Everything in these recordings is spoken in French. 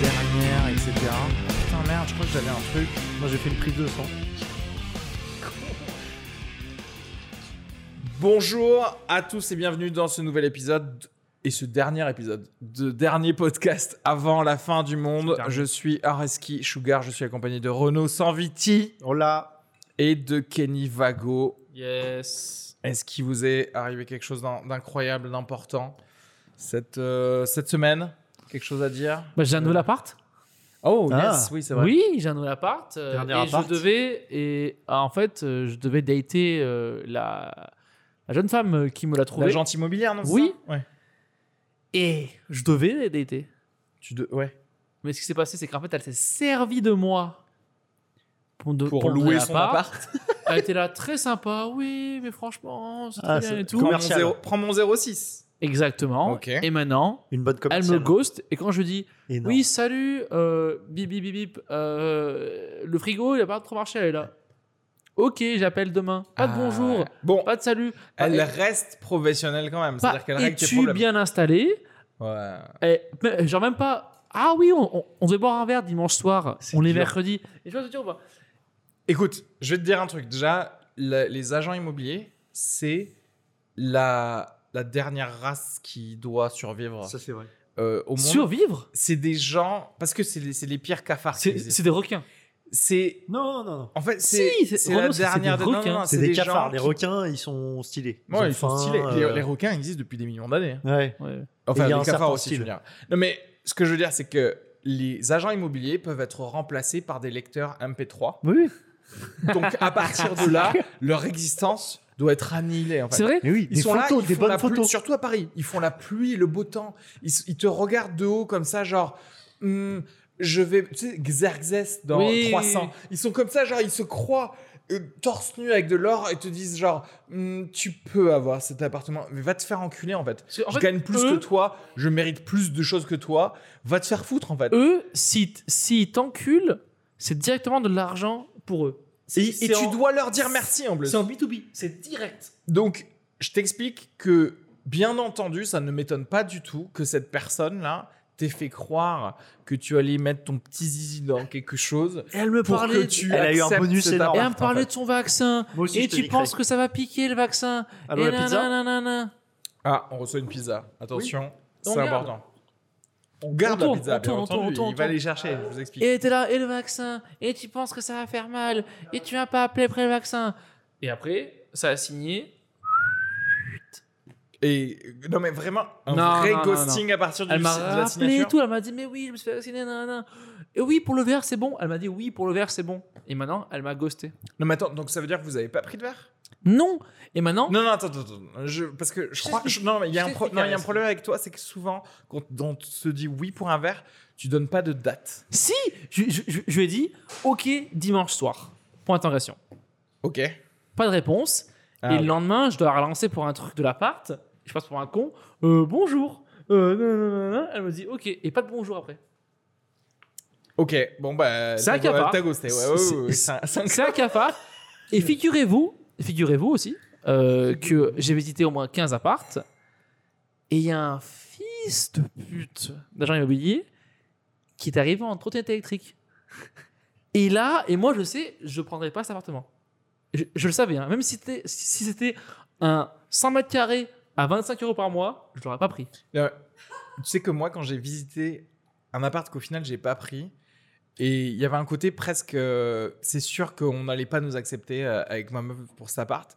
dernière, etc. Putain, merde, je crois que j'avais un truc. Moi, j'ai fait une prise de son. Bonjour à tous et bienvenue dans ce nouvel épisode et ce dernier épisode de dernier podcast avant la fin du monde. Dernier. Je suis Areski Sugar, je suis accompagné de Renaud Sanviti On l'a. et de Kenny Vago. Yes. Est-ce qu'il vous est arrivé quelque chose d'in- d'incroyable, d'important cette, euh, cette semaine Quelque chose à dire Bah, j'ai un nouvel appart. Oh, Ah. yes, oui, c'est vrai. Oui, j'ai un nouvel appart. euh, Dernier et appart. je devais et ah, en fait, euh, je devais dater euh, la, la jeune femme euh, qui me l'a trouvé. L'agente immobilière, non c'est Oui. ça Ouais. Et je devais la dater. Tu de... ouais. Mais ce qui s'est passé, c'est qu'en fait, elle s'est servie de moi pour, de- Pour pour me louer donner son l'appart. appart. Elle était là très sympa. Oui, mais franchement, c'est très Ah, bien c'est et tout. Prends mon, Commercial. zéro- prends mon 06. Exactement. Ok. Et maintenant, Une bonne elle commerciale. me ghost. Et quand je dis Énorme. Oui, salut, euh, bip bip bip bip, euh, le frigo, il a pas trop marché, elle est là. Ok, j'appelle demain. Pas de Ah. bonjour, Bon, pas de salut. elle pas, reste professionnelle quand même. pas C'est-à-dire qu'elle règle tes es-tu problèmes. bien installé Ouais. Et, mais, Genre même pas, ah oui, on, on, on devait boire un verre dimanche soir, C'est on est dur. mercredi. Et je vois, je dis, on va- Écoute, je vais te dire un truc. Déjà, le- les agents immobiliers, c'est la, la dernière race qui doit survivre Ça, c'est vrai. euh, au monde. survivre C'est des gens... Parce que c'est les, Ah, c'est les pires cafards. C'est qu'ils aient. c'est des requins. C'est... Non, non, non. En fait, Si, c'est c'est- c'est la Renaud, c'est- c'est dernière... des non, non, requins. non, C'est des gens cafards. Les qui- requins, ils sont stylés. Ouais, ils sont faim, stylés. Les- euh, Les, requins existent depuis des millions d'années. hein. Ouais. Ouais. Enfin, il y les a un cafards serpent aussi, tu style. veux dire. Non, mais ce que je veux dire, c'est que les agents immobiliers peuvent être remplacés par des lecteurs MP3. Oui. Donc, à partir de là, leur existence doit être annihilée. en fait. C'est vrai Mais oui, Ils des sont photos, là, ils des font bonnes la pluie, photos. surtout à Paris. Ils font la pluie, le beau temps. Ils, s- ils te regardent de haut comme ça, genre. Hum, je vais. Tu sais, Xerxes dans Oui. 300. Ils sont comme ça, genre, ils se croient euh, torse nu avec de l'or et te disent, genre, Hum, tu peux avoir cet appartement, mais va te faire enculer en fait. Parce que, en je fait, gagne plus eux- que toi, je mérite plus de choses que toi, va te faire foutre en fait. Eux, s'ils si, s'ils t'enculent, c'est directement de l'argent pour eux. et C'est- et c'est tu en- dois leur dire merci en plus. C'est en B2B, c'est direct. Donc, je t'explique que, bien entendu, ça ne m'étonne pas du tout que cette personne-là t'ait fait croire que tu allais mettre ton petit zizi dans quelque chose Et elle me pour parlait. que tu elle a eu un acceptes bonus cet énorme. Et appart, elle me en parlait fait. de son vaccin. Moi aussi, et je te tu niquerai. penses que ça va piquer le vaccin Allô, Et Ah, la pizza nananana. Ah, on reçoit une pizza. Attention, On c'est garde. important. On garde la tourne, pizza, on bien tourne, on entendu. tourne, on tourne, Il va on aller chercher, je vous explique. Et t'es là, et le vaccin Et tu penses que ça va faire mal Et tu vas pas appelé après le vaccin Et après, ça a signé. Et euh, non mais vraiment un Non, vrai non, non, ghosting à partir du, Elle m'a de la rappelé et signature. tout. Elle m'a dit, mais oui, je me suis fait vacciner. nanana. Et oui, pour le verre, c'est bon. Elle m'a dit, oui, pour le verre, c'est bon. Et maintenant, elle m'a ghosté. Non mais attends, donc ça veut dire que vous avez pas pris de verre Non Et maintenant, Non non attends attends, attends. Je- parce que je Je crois t'explique. je- non mais il y a un Je pro- t'explique, non, il y a un Alex. problème avec toi, c'est que souvent quand on te se dit oui pour un verre, tu donnes pas de date. si je, je- je- je lui ai dit, ok, dimanche soir. Point d'interrogation. OK. Pas de réponse. Ah, et le lendemain, je dois la relancer pour un truc de l'appart. Je passe pour un con. Euh, bonjour. Euh, nanana. Elle me dit ok. Et pas de bonjour après. OK, bon bah C'est un t'as- cafard. t'as ghosté. Ouais, ouais, ouais, ouais, C'est- c'est un- c'est un- C'est un cafard. Et figurez-vous, figurez-vous aussi, euh, que j'ai visité au moins 15 appartes. Et il y a un fils de pute d'agent immobilier qui est arrivé en trottinette électrique. Et là, et moi je sais, je prendrai pas cet appartement. Je, je le savais, hein. même si c'était si c'était un 100 mètres carrés à 25 euros par mois, je l'aurais pas pris. Euh, tu sais que moi quand j'ai visité un appart qu'au final j'ai pas pris et il y avait un côté presque euh, c'est sûr qu'on n'allait pas nous accepter euh, avec ma meuf pour cet appart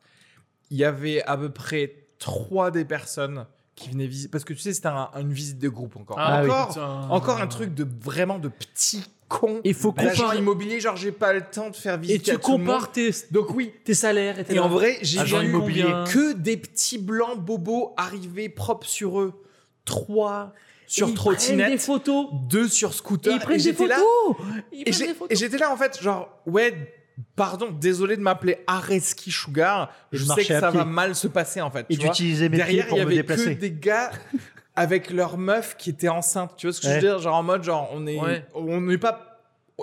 il y avait à peu près trois des personnes qui venaient visiter parce que tu sais c'était un- une visite de groupe encore Ah oui. encore encore un truc de vraiment de petit con Il faut L'agent comparer. immobilier genre j'ai pas le temps de faire Et visiter à tu tout le monde. compares tes, donc oui tes salaires. Et, tes et en vrai, j'ai Agent vu immobilier. que des petits blancs bobos arrivés propres sur eux. Trois Et sur ils prennent des trottinette, photos. deux sur Et scooter. ils prennent des j'étais photos. là, Ils et prennent j'ai- des et photos. j'étais là en fait, genre, ouais, pardon, désolé de m'appeler Areski Sugar. Et je de sais marcher que à ça pied. va mal se passer en fait. Et tu vois. d'utiliser mes pieds Derrière, il pour y me avait que déplacer. des gars avec leur meuf qui était enceinte. Tu vois ce que je Ouais. veux dire Genre en mode, genre, on est, Ouais. on n'est pas.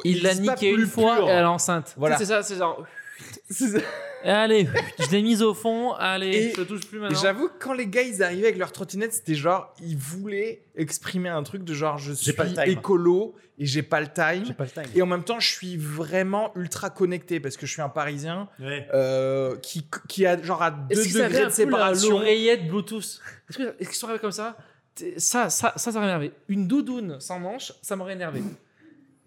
Il l'a c'est pas niqué plus une fois pur. et elle est enceinte. Voilà. Tu sais, C'est ça, c'est genre. C'est ça. Allez, je l'ai mise au fond. Allez, Et je te touche plus Et maintenant. J'avoue que quand les gars ils arrivaient avec leur trottinette, c'était genre ils voulaient exprimer un truc de genre je suis pas le time. écolo et j'ai pas le time. J'ai pas le time. Et en même temps, je suis vraiment ultra connecté parce que je suis un Parisien Ouais. euh, qui, qui a genre à 2 Est-ce que ça degrés de vient un peu la- séparation. l'oreillette Bluetooth Est-ce que- est-ce qu'ils sont arrivés comme ça T'es- Ça, ça, ça, ça m'aurait énervé. Une doudoune sans manche, ça m'aurait énervé.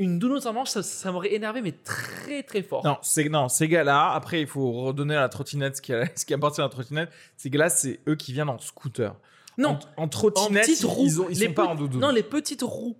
Une doudoune sans manche, ça, ça m'aurait énervé, mais très très fort. Non, c'est- non, ces gars-là, après il faut redonner à la trottinette ce qui, a- ce qui appartient à la trottinette. Ces gars-là, c'est eux qui viennent en scooter. Non, en, en en trottinette, petites ils, roues. ils, ont- ils les sont pas pe- en doudou. Non, les petites roues.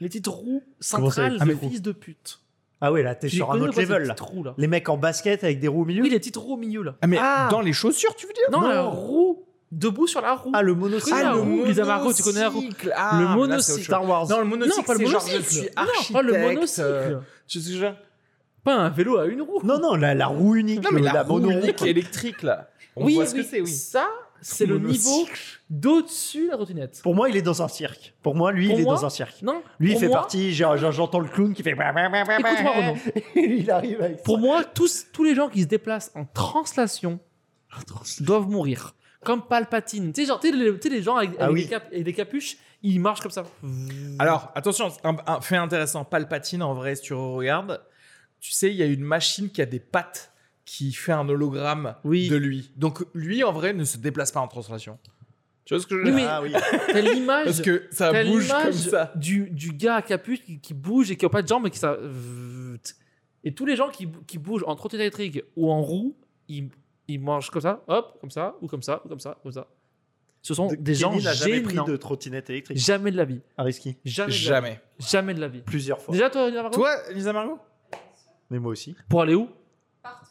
Les petites roues Comment ça, les centrales petites de roues fils de pute. Ah ouais, là, t'es J'ai sur un connu autre quoi, ces level. là. petites roues, là. Les mecs en basket avec des roues au milieu. Oui, les petites roues au milieu là. Ah, mais Ah. dans les chaussures, tu veux dire Non, Non. la roue, debout sur la roue. Ah, le monocycle. Ah, la le roue. les Amaros, tu connais la roue. monocycle. Ah, Le mais là, c'est autre monocycle. chose. Star Wars. Non, le monocycle, non, pas le c'est genre monocycle. je suis non, pas architecte. le monocycle. euh, tu sais ce que je veux dire Pas un vélo à une roue. Non, non, la, la roue unique. Non, mais euh, la, roue monoroue. unique électrique, là. On oui, voit ce oui, que c'est, oui. ça, c'est le Monocycle. niveau d'au-dessus de la trottinette. Pour moi, il est dans un cirque. Pour moi, lui, Pour il est moi, dans un cirque. Non Lui, il pour fait moi- partie. genre, genre, J'entends le clown qui fait. bah, Écoute-moi, Renaud. il arrive avec Pour Ah ça. moi, tous, tous les gens qui se déplacent en translation doivent mourir. Comme Palpatine. Tu sais, genre, tu sais, les, tu sais, les gens avec, Ah avec oui. des cap- avec des capuches, ils marchent comme ça. Alors, attention, un, un fait intéressant. Palpatine, en vrai, si tu regardes, tu sais, il y a une machine qui a des pattes qui fait un hologramme Oui. de lui. Donc, lui, en vrai, ne se déplace pas en translation. Tu vois ce que je veux Oui, dire mais- Ah oui. T'as l'image. Parce que ça t'as bouge comme l'image ça. Du, du gars à capuche qui, qui bouge et qui n'a pas de jambes et qui ça. Et tous les gens qui, bou- qui bougent en trottinette électrique ou en roue, ils, ils mangent comme ça, hop, comme ça, ou comme ça, ou comme ça, comme ça. Ce sont des gens Kenny n'a jamais pris gênants. de trottinette électrique. Jamais de la vie. À risque. Jamais. de la vie. Jamais. Jamais de la vie. Plusieurs fois. Déjà, toi, Lina Margot Toi, Lisa Margot Mais moi aussi. Pour aller où Partout.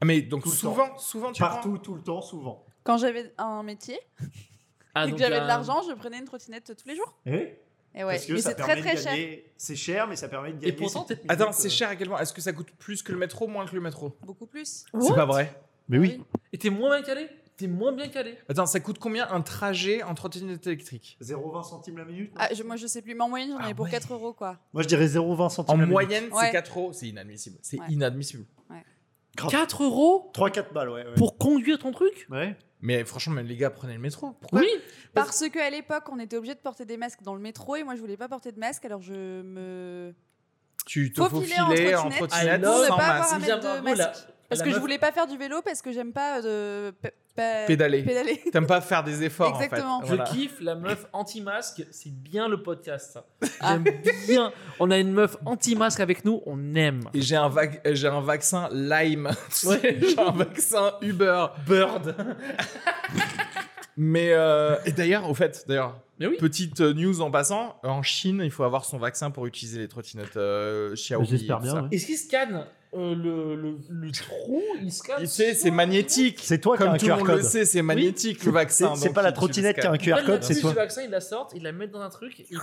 Ah, mais donc, Tout le souvent, souvent, tu prends- Partout, tout le temps, souvent. Quand j'avais un métier Ah, et que donc, j'avais de euh, l'argent, je prenais une trottinette tous les jours. Eh Et ouais, Parce que mais ça c'est très permet très de cher. gagner. C'est cher, mais ça permet de gagner. Et pourtant, c'est- t'es. Attends, euh, c'est cher à quel point Est-ce que ça coûte plus que le métro, moins que le métro Beaucoup plus. What vrai. Mais oui. Et t'es moins bien calé T'es moins bien calé. Attends, ça coûte combien un trajet en trottinette électrique 0,20 centimes la minute non Ah, je- moi je sais plus, mais en moyenne j'en Ah avais pour ouais. 4 euros quoi. Moi, je dirais 0,20 centimes En la minute. moyenne, c'est Ouais. 4 euros. C'est inadmissible. C'est Ouais. inadmissible. Grave. 4 euros 3-4 balles, ouais. ouais. pour conduire ton truc Ouais. Mais franchement, même les gars, prenez le métro. Pourquoi Oui. Parce qu'à l'époque on était obligé de porter des masques dans le métro et moi je voulais pas porter de masque alors je me. Tu te Faufilais faufilais en en trottinette. trottinette Ah, non, sans ne pas avoir masque. un mettre de Bravo, la- masque. Parce la que je meuf- voulais pas faire du vélo parce que j'aime pas euh, de. pe- pe- Pédaler. Pédaler. T'aimes pas faire des efforts, en Exactement. fait. Je Je Ah, Voilà. kiffe la meuf anti-masque, c'est bien le podcast ça. Ah. J'aime bien. On a une meuf anti-masque avec nous, on aime. Et j'ai un, vac- euh, j'ai un vaccin Lyme. Ouais. j'ai un vaccin Uber. Bird. Mais euh, et d'ailleurs, au fait, d'ailleurs, Mais oui. petite euh, news en passant, en Chine, il faut avoir son vaccin pour utiliser les trottinettes euh, Xiaomi. et J'espère tout bien, ça. ouais. Est-ce qu'il scanne euh, le, le- le trou Il scanne. Tu sais, c'est magnétique. C'est toi qui as Comme un tout le QR monde code. le sait, c'est magnétique le vaccin. C'est c'est donc pas la tu- tu trottinette le qui a un Il prend QR la code, c'est puce toi. du vaccin, ils la sortent, ils la mettent dans un truc. et ils-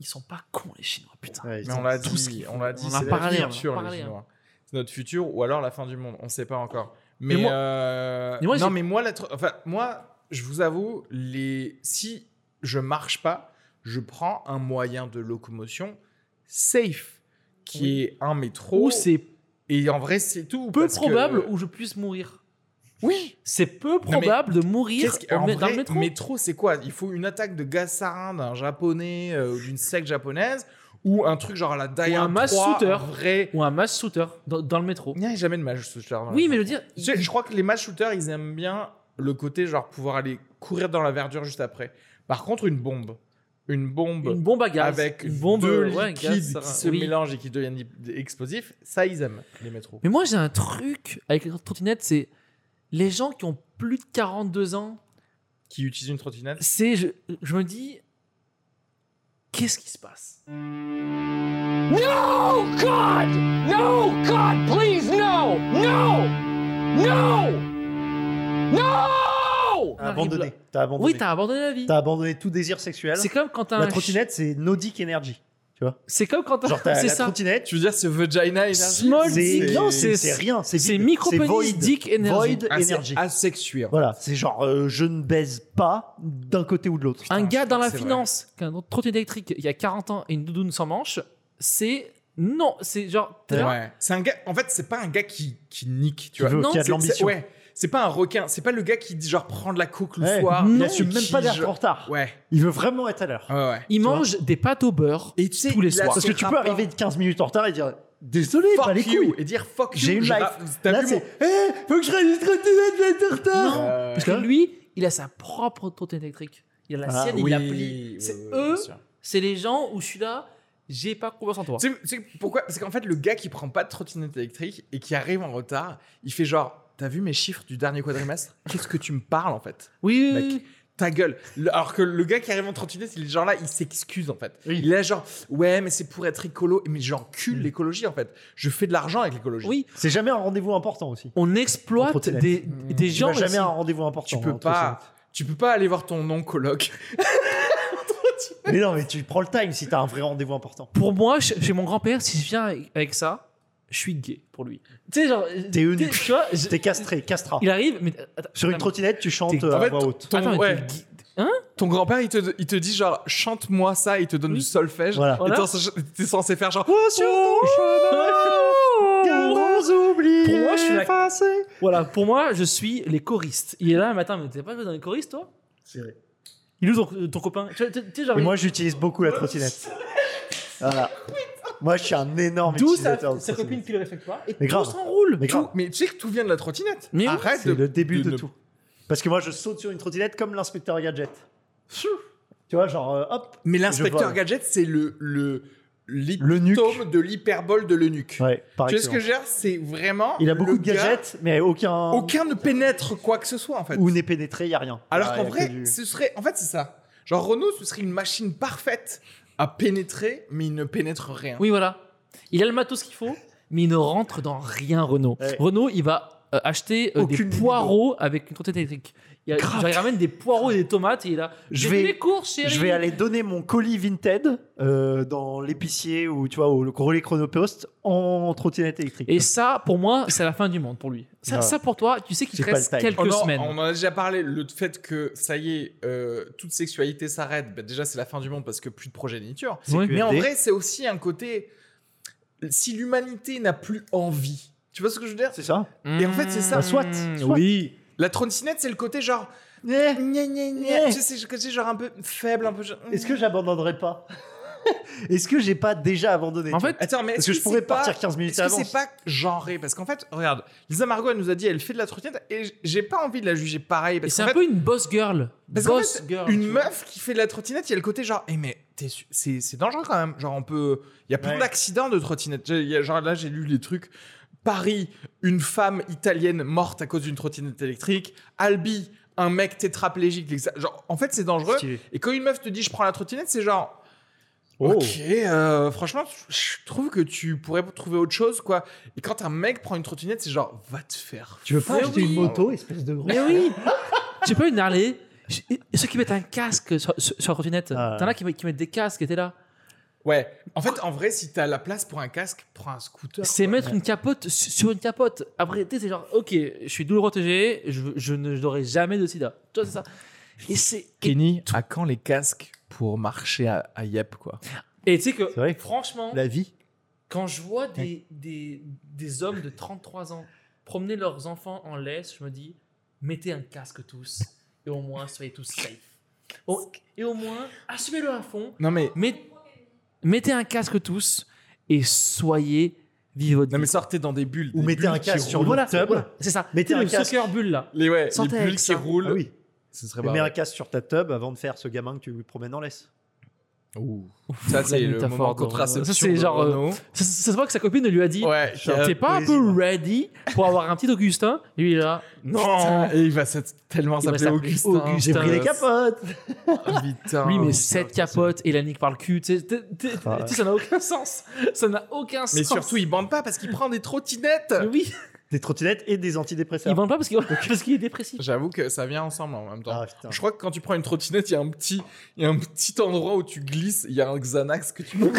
Ils sont pas cons les Chinois, putain. Ouais, ils Mais sont on l'a tous dit, on l'a dit, On en a c'est notre parlé, on en a futur, parlé, les hein. Chinois. C'est notre futur ou alors la fin du monde, on sait pas encore. Mais, Mais moi- euh, Mais moi, non, j'ai- mais moi, la tro- enfin, moi, je vous avoue, les... si je marche pas, je prends un moyen de locomotion safe, qui Oui. est un métro. Ou c'est Et en vrai, c'est tout. peu parce que- probable où je puisse mourir. Oui. C'est peu mais probable de mourir Qu'est-ce que- au en mé- dans vrai, le métro. c'est quoi Il faut une attaque de gaz sarin d'un japonais euh, ou d'une secte japonaise ou un truc genre à la Daya un mass 3, shooter. vrai. Ou un mass shooter dans, dans le métro. Il n'y a jamais de match shooter. dans la Oui, mais je veux dire, Tu sais, je crois que les match shooters, ils aiment bien le côté genre pouvoir aller courir dans la verdure juste après. Par contre, une bombe, une bombe une bombe à gaz, Bah, avec une bombe deux euh, ouais, liquides gaz, ça- qui se oui. mélangent et qui deviennent des explosifs, ça ils aiment les métros. Mais moi, j'ai un truc avec les trottinettes, c'est les gens qui ont plus de 42 ans, Qui utilisent une trottinette. c'est je, je me dis qu'est-ce qui se passe T'as abandonné. T'as abandonné. Oui, t'as abandonné la vie. T'as abandonné tout désir sexuel. C'est comme quand t'as La un trottinette, c'est Naudic Energy. C'est comme quand Genre, t'as c'est la ça. trottinette, Tu veux dire ce vagina energy Small dick. c'est- Non, c'est c'est c'est rien, c'est c'est vide, micropenis void. dick energy. Void Ah, c'est energy. asexué. Voilà, c'est genre euh, je ne baise pas d'un côté ou de l'autre. Un Putain, gars je dans crois la que c'est finance qui a un trottinette électrique il y a 40 ans et une doudoune sans manche, c'est non, c'est genre t'es là. Ouais. C'est un gars. En fait, c'est pas un gars qui, qui nique, tu Qui vois. veut- non, qui a C'est- de c'est- l'ambition. ouais. C'est pas un requin. C'est pas le gars qui dit genre prendre la coke le Ouais. soir. Non. Il Non, assume même qui pas d'être je- en retard. Ouais. Il veut vraiment être à l'heure. Ouais, ouais. il tu vois. mange des pâtes au beurre. Et tu sais, Tous les il a soirs. ce Parce que tu peux rapport arriver 15 minutes en retard et dire désolé, pas les Fuck you couilles. et dire fuck you. J'ai une je- life. ah, T'as Là, vu c'est mon- eh, faut que je registre le téléphone, je vais être en retard. Non, Euh, parce que putain. lui, il a sa propre trottinette électrique. Il a la Ah, sienne, oui, il l'applique. oui, C'est oui, oui, eux. bien sûr. C'est les gens où je suis là, j'ai pas confiance en toi. Tu sais- tu sais pourquoi Parce qu'en fait, le gars qui prend pas de trottinette électrique et qui arrive en retard, il fait genre T'as vu mes chiffres du dernier quadrimestre Qu'est-ce que tu me parles en fait Oui, Mec. oui, oui. ta gueule. Le- Alors que le gars qui arrive en trottinette, il est genre là, il s'excuse en fait. Oui. Il est là genre, ouais, mais c'est pour être écolo. Mais j'encule Mm. l'écologie en fait. Je fais de l'argent avec l'écologie. Oui, C'est jamais un rendez-vous important aussi. on En exploite trottinette. des, Mmh. des Tu Tu gens. vas jamais aussi. à un rendez-vous important. Tu peux entre pas, tu peux pas aller voir ton oncologue. ça. Mais non, mais tu prends le time si t'as un vrai rendez-vous important. Pour moi, chez chez mon grand-père, si je viens avec- avec ça, je suis gay pour lui. Tu sais, genre. T'es eunuque. Tu vois, je- T'es castré, castra. il arrive, mais. attends, Sur une attends, trottinette, tu chantes T'es- euh, En fait, à voix haute. Ton, attends, mais ouais, t'es gay- Hein ton grand-père, il te, il te dit genre, chante-moi ça, il te donne Oui. du solfège. Voilà. Et Voilà. t'es en- t'es censé faire genre, Oh, Oh, Pour moi, je suis la- Voilà, pour moi, je suis les choristes. Il est là un matin, mais t'es pas joué dans les choristes, toi Il est où ton, ton copain Tu vois, tu- tu sais, genre. Et moi, j'utilise beaucoup la trottinette. Voilà. Moi, je suis un énorme D'où sa, utilisateur de sa trottinette. copine qui le respecte pas et Mais tout grave. s'enroule. Mais grave, Tout- mais tu sais que tout vient de la trottinette. Mais oui. Arrête c'est le début de, ne- tout. Parce que moi, je saute sur une trottinette comme l'inspecteur Gadget. Tu vois, genre, euh, hop. Mais Je vois. l'inspecteur Gadget, c'est le, le, Le nuque. l'hyptome de l'hyperbole de l'eunuque. Ouais, par Tu sais ce que je excellence. veux dire C'est vraiment. Il a le beaucoup de gars- gadgets, mais aucun. Aucun ne pénètre quoi que ce soit en fait. Ou n'est pénétré, il n'y a rien. Alors Ah, qu'en y a vrai, que du- ce serait. En fait, c'est ça. Genre Renault, ce serait une machine parfaite à pénétrer, mais il ne pénètre rien. Oui, voilà. Il a le matos qu'il faut, mais il ne rentre dans rien, Renault. Ouais. Renault, il va euh, acheter euh, des Aucune libido. poireaux avec une trottinette électrique. Il, a- Grave. genre, il ramène des poireaux et des tomates et il a. Je J'ai vais- fait les courses, chérie. Je vais aller donner mon colis Vinted euh, dans l'épicier ou tu vois au relais Chronopost en trottinette électrique. Et ça, pour moi, c'est la fin du monde pour lui. Ça, Ouais. ça pour toi, tu sais qu'il J'ai te pas reste le time. quelques On en, semaines. on en a déjà parlé, le fait que ça y est, euh, toute sexualité s'arrête, bah, déjà c'est la fin du monde parce que plus de progéniture. Ouais. Mais en QFD. vrai, c'est aussi un côté. Si l'humanité n'a plus envie, tu vois ce que je veux dire C'est ça Et en fait, c'est ça. Bah, soit, Hmm, Mmh, soit. Oui. La trottinette, c'est le côté genre. Eh, gna, gna, gna. Ouais. Tu sais, c'est le côté genre un peu faible, un peu. genre- hmm. Est-ce que j'abandonnerai pas Est-ce que j'ai pas déjà abandonné En tu vois fait, Attends, mais parce est-ce que je c'est pourrais pas- partir 15 minutes Est-ce que avant. c'est pas genré Parce qu'en fait, regarde, Lisa Margot, elle nous a dit, elle fait de la trottinette, et j- j'ai pas envie de la juger pareil. et Parce c'est qu'en un fait, peu une boss girl. Parce qu'en boss girl. une tu vois. meuf qui fait de la trottinette, il y a le côté genre, eh mais t'es su- c'est c'est dangereux quand même. Genre, on peut. Il y a plein Ouais. d'accidents de trottinette. J'ai- il y a- Genre, là, j'ai lu les trucs. Paris, une femme italienne morte à cause d'une trottinette électrique. Albi, un mec tétraplégique. l'exa- Genre, en fait, c'est dangereux. Stylé. Et quand une meuf te dit, je prends la trottinette, c'est genre. Oh. Ok, euh, franchement, je trouve que tu pourrais trouver autre chose, quoi. Et quand un mec prend une trottinette, c'est genre, va te faire. Tu veux pas Mais acheter oui. une moto, espèce de gros Mais oui J'ai pas une Harley. J'ai- et Ceux qui mettent un casque sur, sur, sur la trottinette, Ah ouais. t'en as qui, met- qui mettent des casques et t'es là. Ouais. En fait, en vrai, si t'as la place pour un casque, prends un scooter. C'est quoi. mettre une capote su- sur une capote. Après, tu sais, c'est genre, ok, je suis douloureux TG, je, je ne- je n'aurai jamais de sida. Tu vois, c'est ça. Et c'est. Et Kenny, à quand les casques pour marcher à, à Yep, quoi et tu sais que, C'est vrai. franchement, La vie. quand je vois des, des, des hommes de 33 ans promener leurs enfants en laisse, je me dis, mettez un casque tous, et au moins, soyez tous safe. Au- et au moins, assumez-le à fond, Non, mais. Met- mettez un casque tous et soyez vivez votre Non, mais vie. sortez dans des bulles. Ou des mettez bulles un qui casque sur roulent. le Voilà, tub. voilà, c'est ça. Mettez Mettez un le casque. soccer bulle là. Les, ouais, les Sortez bulles avec qui ça. roulent. Ah oui. Ce serait Mais mets pas. un casque sur ta tub avant de faire ce gamin que tu promènes en laisse. Ouh. Ça, la c'est le métaphore moment de- contraception. Ça, c'est de genre, euh, Renaud. Ça, ça- ça se voit que sa copine lui a dit Ouais, qui a- T'es pas un poésie, peu ready pour avoir un petit Augustin Lui il est là. Non Et il va s'être- tellement Il va s'appeler s'appeler Augustin. Augustin. J'ai pris les Euh, capotes. Oh, Putain. Lui, mais cette cette capote et la nique par le cul. tu sais, t'es- t'es- t'es- Ah ouais. tu sais, Ça n'a aucun sens. Ça n'a aucun sens. Mais surtout, il bande pas parce qu'il prend des trottinettes. Mais oui, Des trottinettes et des antidépresseurs. Ils vendent pas parce qu'il parce qu'il est dépressif. J'avoue que ça vient ensemble en même temps. Ah, putain. Je crois que quand tu prends une trottinette, il y a un petit, il y a un petit endroit où tu glisses, il y a un Xanax que tu peux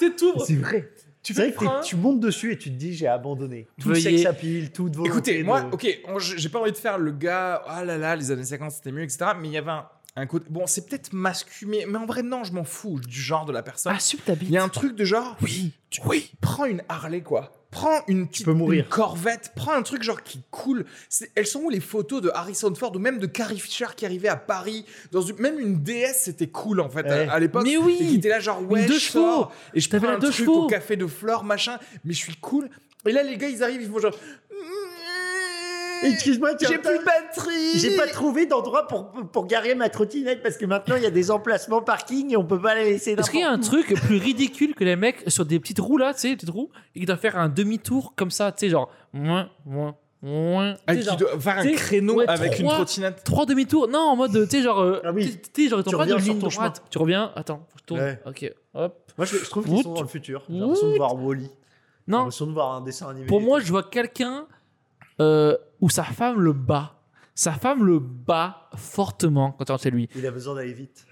T'es tout. C'est vrai. Tu C'est vrai le que t'es- prends. tu montes dessus et tu te dis j'ai abandonné. Tout le Veuillez- sexe à pile, toute volonté. Écoutez, de- moi, ok, on- j- j'ai pas envie de faire le gars, ah là là, les années 50 c'était mieux, etc. Mais il y avait un, un côté. Bon, c'est peut-être masculin, mais, mais en vrai, non, je m'en fous du genre de la personne. Ah, sup ta bite. Il y a un truc de genre, Oui. tu- oui, prends une Harley, quoi. Prends une petite peux mourir. une corvette, prends un truc genre qui coule. C'est- Elles sont où les photos de Harrison Ford ou même de Carrie Fisher qui arrivait à Paris dans une- Même une DS, c'était cool en fait Ouais. à, à l'époque. Eh. Mais Et qui oui. était là genre ouais, deux je sors, chevaux. et je T'avais prends la un deux truc chevaux. au café de fleurs machin, mais je suis cool. Et là les gars ils arrivent ils font genre Mmh, Excuse-moi, tiens, j'ai plus de batterie. J'ai pas trouvé d'endroit pour, pour garer ma trottinette parce que maintenant il y a des emplacements parking et on peut pas la laisser Est-ce qu'il y a un truc plus ridicule que les mecs sur des petites roues là, tu sais, des petites roues, et qui doivent faire un demi-tour comme ça, tu sais, genre. Moins, moins, moins. Ah, Tu sais, qui genre, doit faire un t'sais, créneau ouais, avec une trois- trottinette. Trois demi-tours. Non, en mode, tu sais, genre. euh, Ah oui. tu- Tu sais, genre, ils t'ont Tu pas de reviens sur ligne ton droite. Tu reviens. Attends, faut que je tourne. Ouais. Ok, hop. Moi je, je trouve qu'ils sont dans le futur. J'ai l'impression de voir Wally. J'ai Non, l'impression de voir un dessin animé. Pour moi, je vois quelqu'un euh, où sa femme le bat. Sa femme le bat fortement quand elle est chez lui. il a besoin d'aller vite.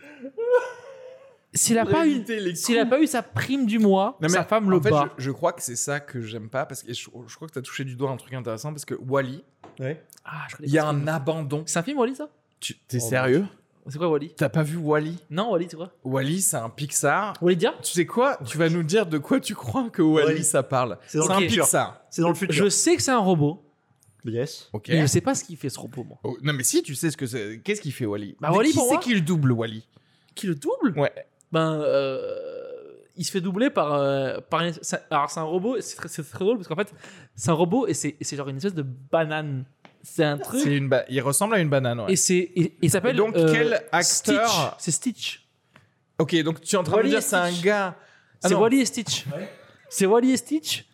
S'il a, pas eu, Éviter les s'il a coups. pas eu sa prime du mois, Non, mais sa femme en le fait, bat. Je, je crois que c'est ça que j'aime pas parce que je, je crois que t'as touché du doigt un truc intéressant parce que Wally, Ouais. Ah, je connais il y a pas ce un film. abandon. C'est un film Wally ça Tu- T'es Oh, sérieux C'est quoi Wally T'as pas vu Wally Non, Wally, c'est quoi Wally, c'est un Pixar. Wally Dia Tu sais quoi Tu vas nous dire de quoi tu crois que Wally, Wall-E. ça parle. C'est C'est dans le un futur. Pixar. C'est dans le futur. Je sais que c'est un robot, Yes. Ok. mais je sais pas ce qu'il fait ce robot, moi. Oh, non mais si tu sais ce que c'est, qu'est-ce qu'il fait Wally Bah, Wall-E, Qui pour c'est moi- qui le double Wally Qui le double Ouais. Ben, euh, il se fait doubler par. euh, par une- ça- alors, c'est un robot, et c'est très, c'est très drôle parce qu'en fait, c'est un robot et c'est et c'est genre une espèce de banane. C'est un truc. C'est une ba- il ressemble à une banane. Ouais. Hein? Et c'est et- et il s'appelle euh, Et donc, quel acteur Stitch. C'est Stitch. Ok donc tu es en train de Wall-E me dire et c'est un Stitch. gars. Ah c'est non. Wally et Stitch. C'est Wally et Stitch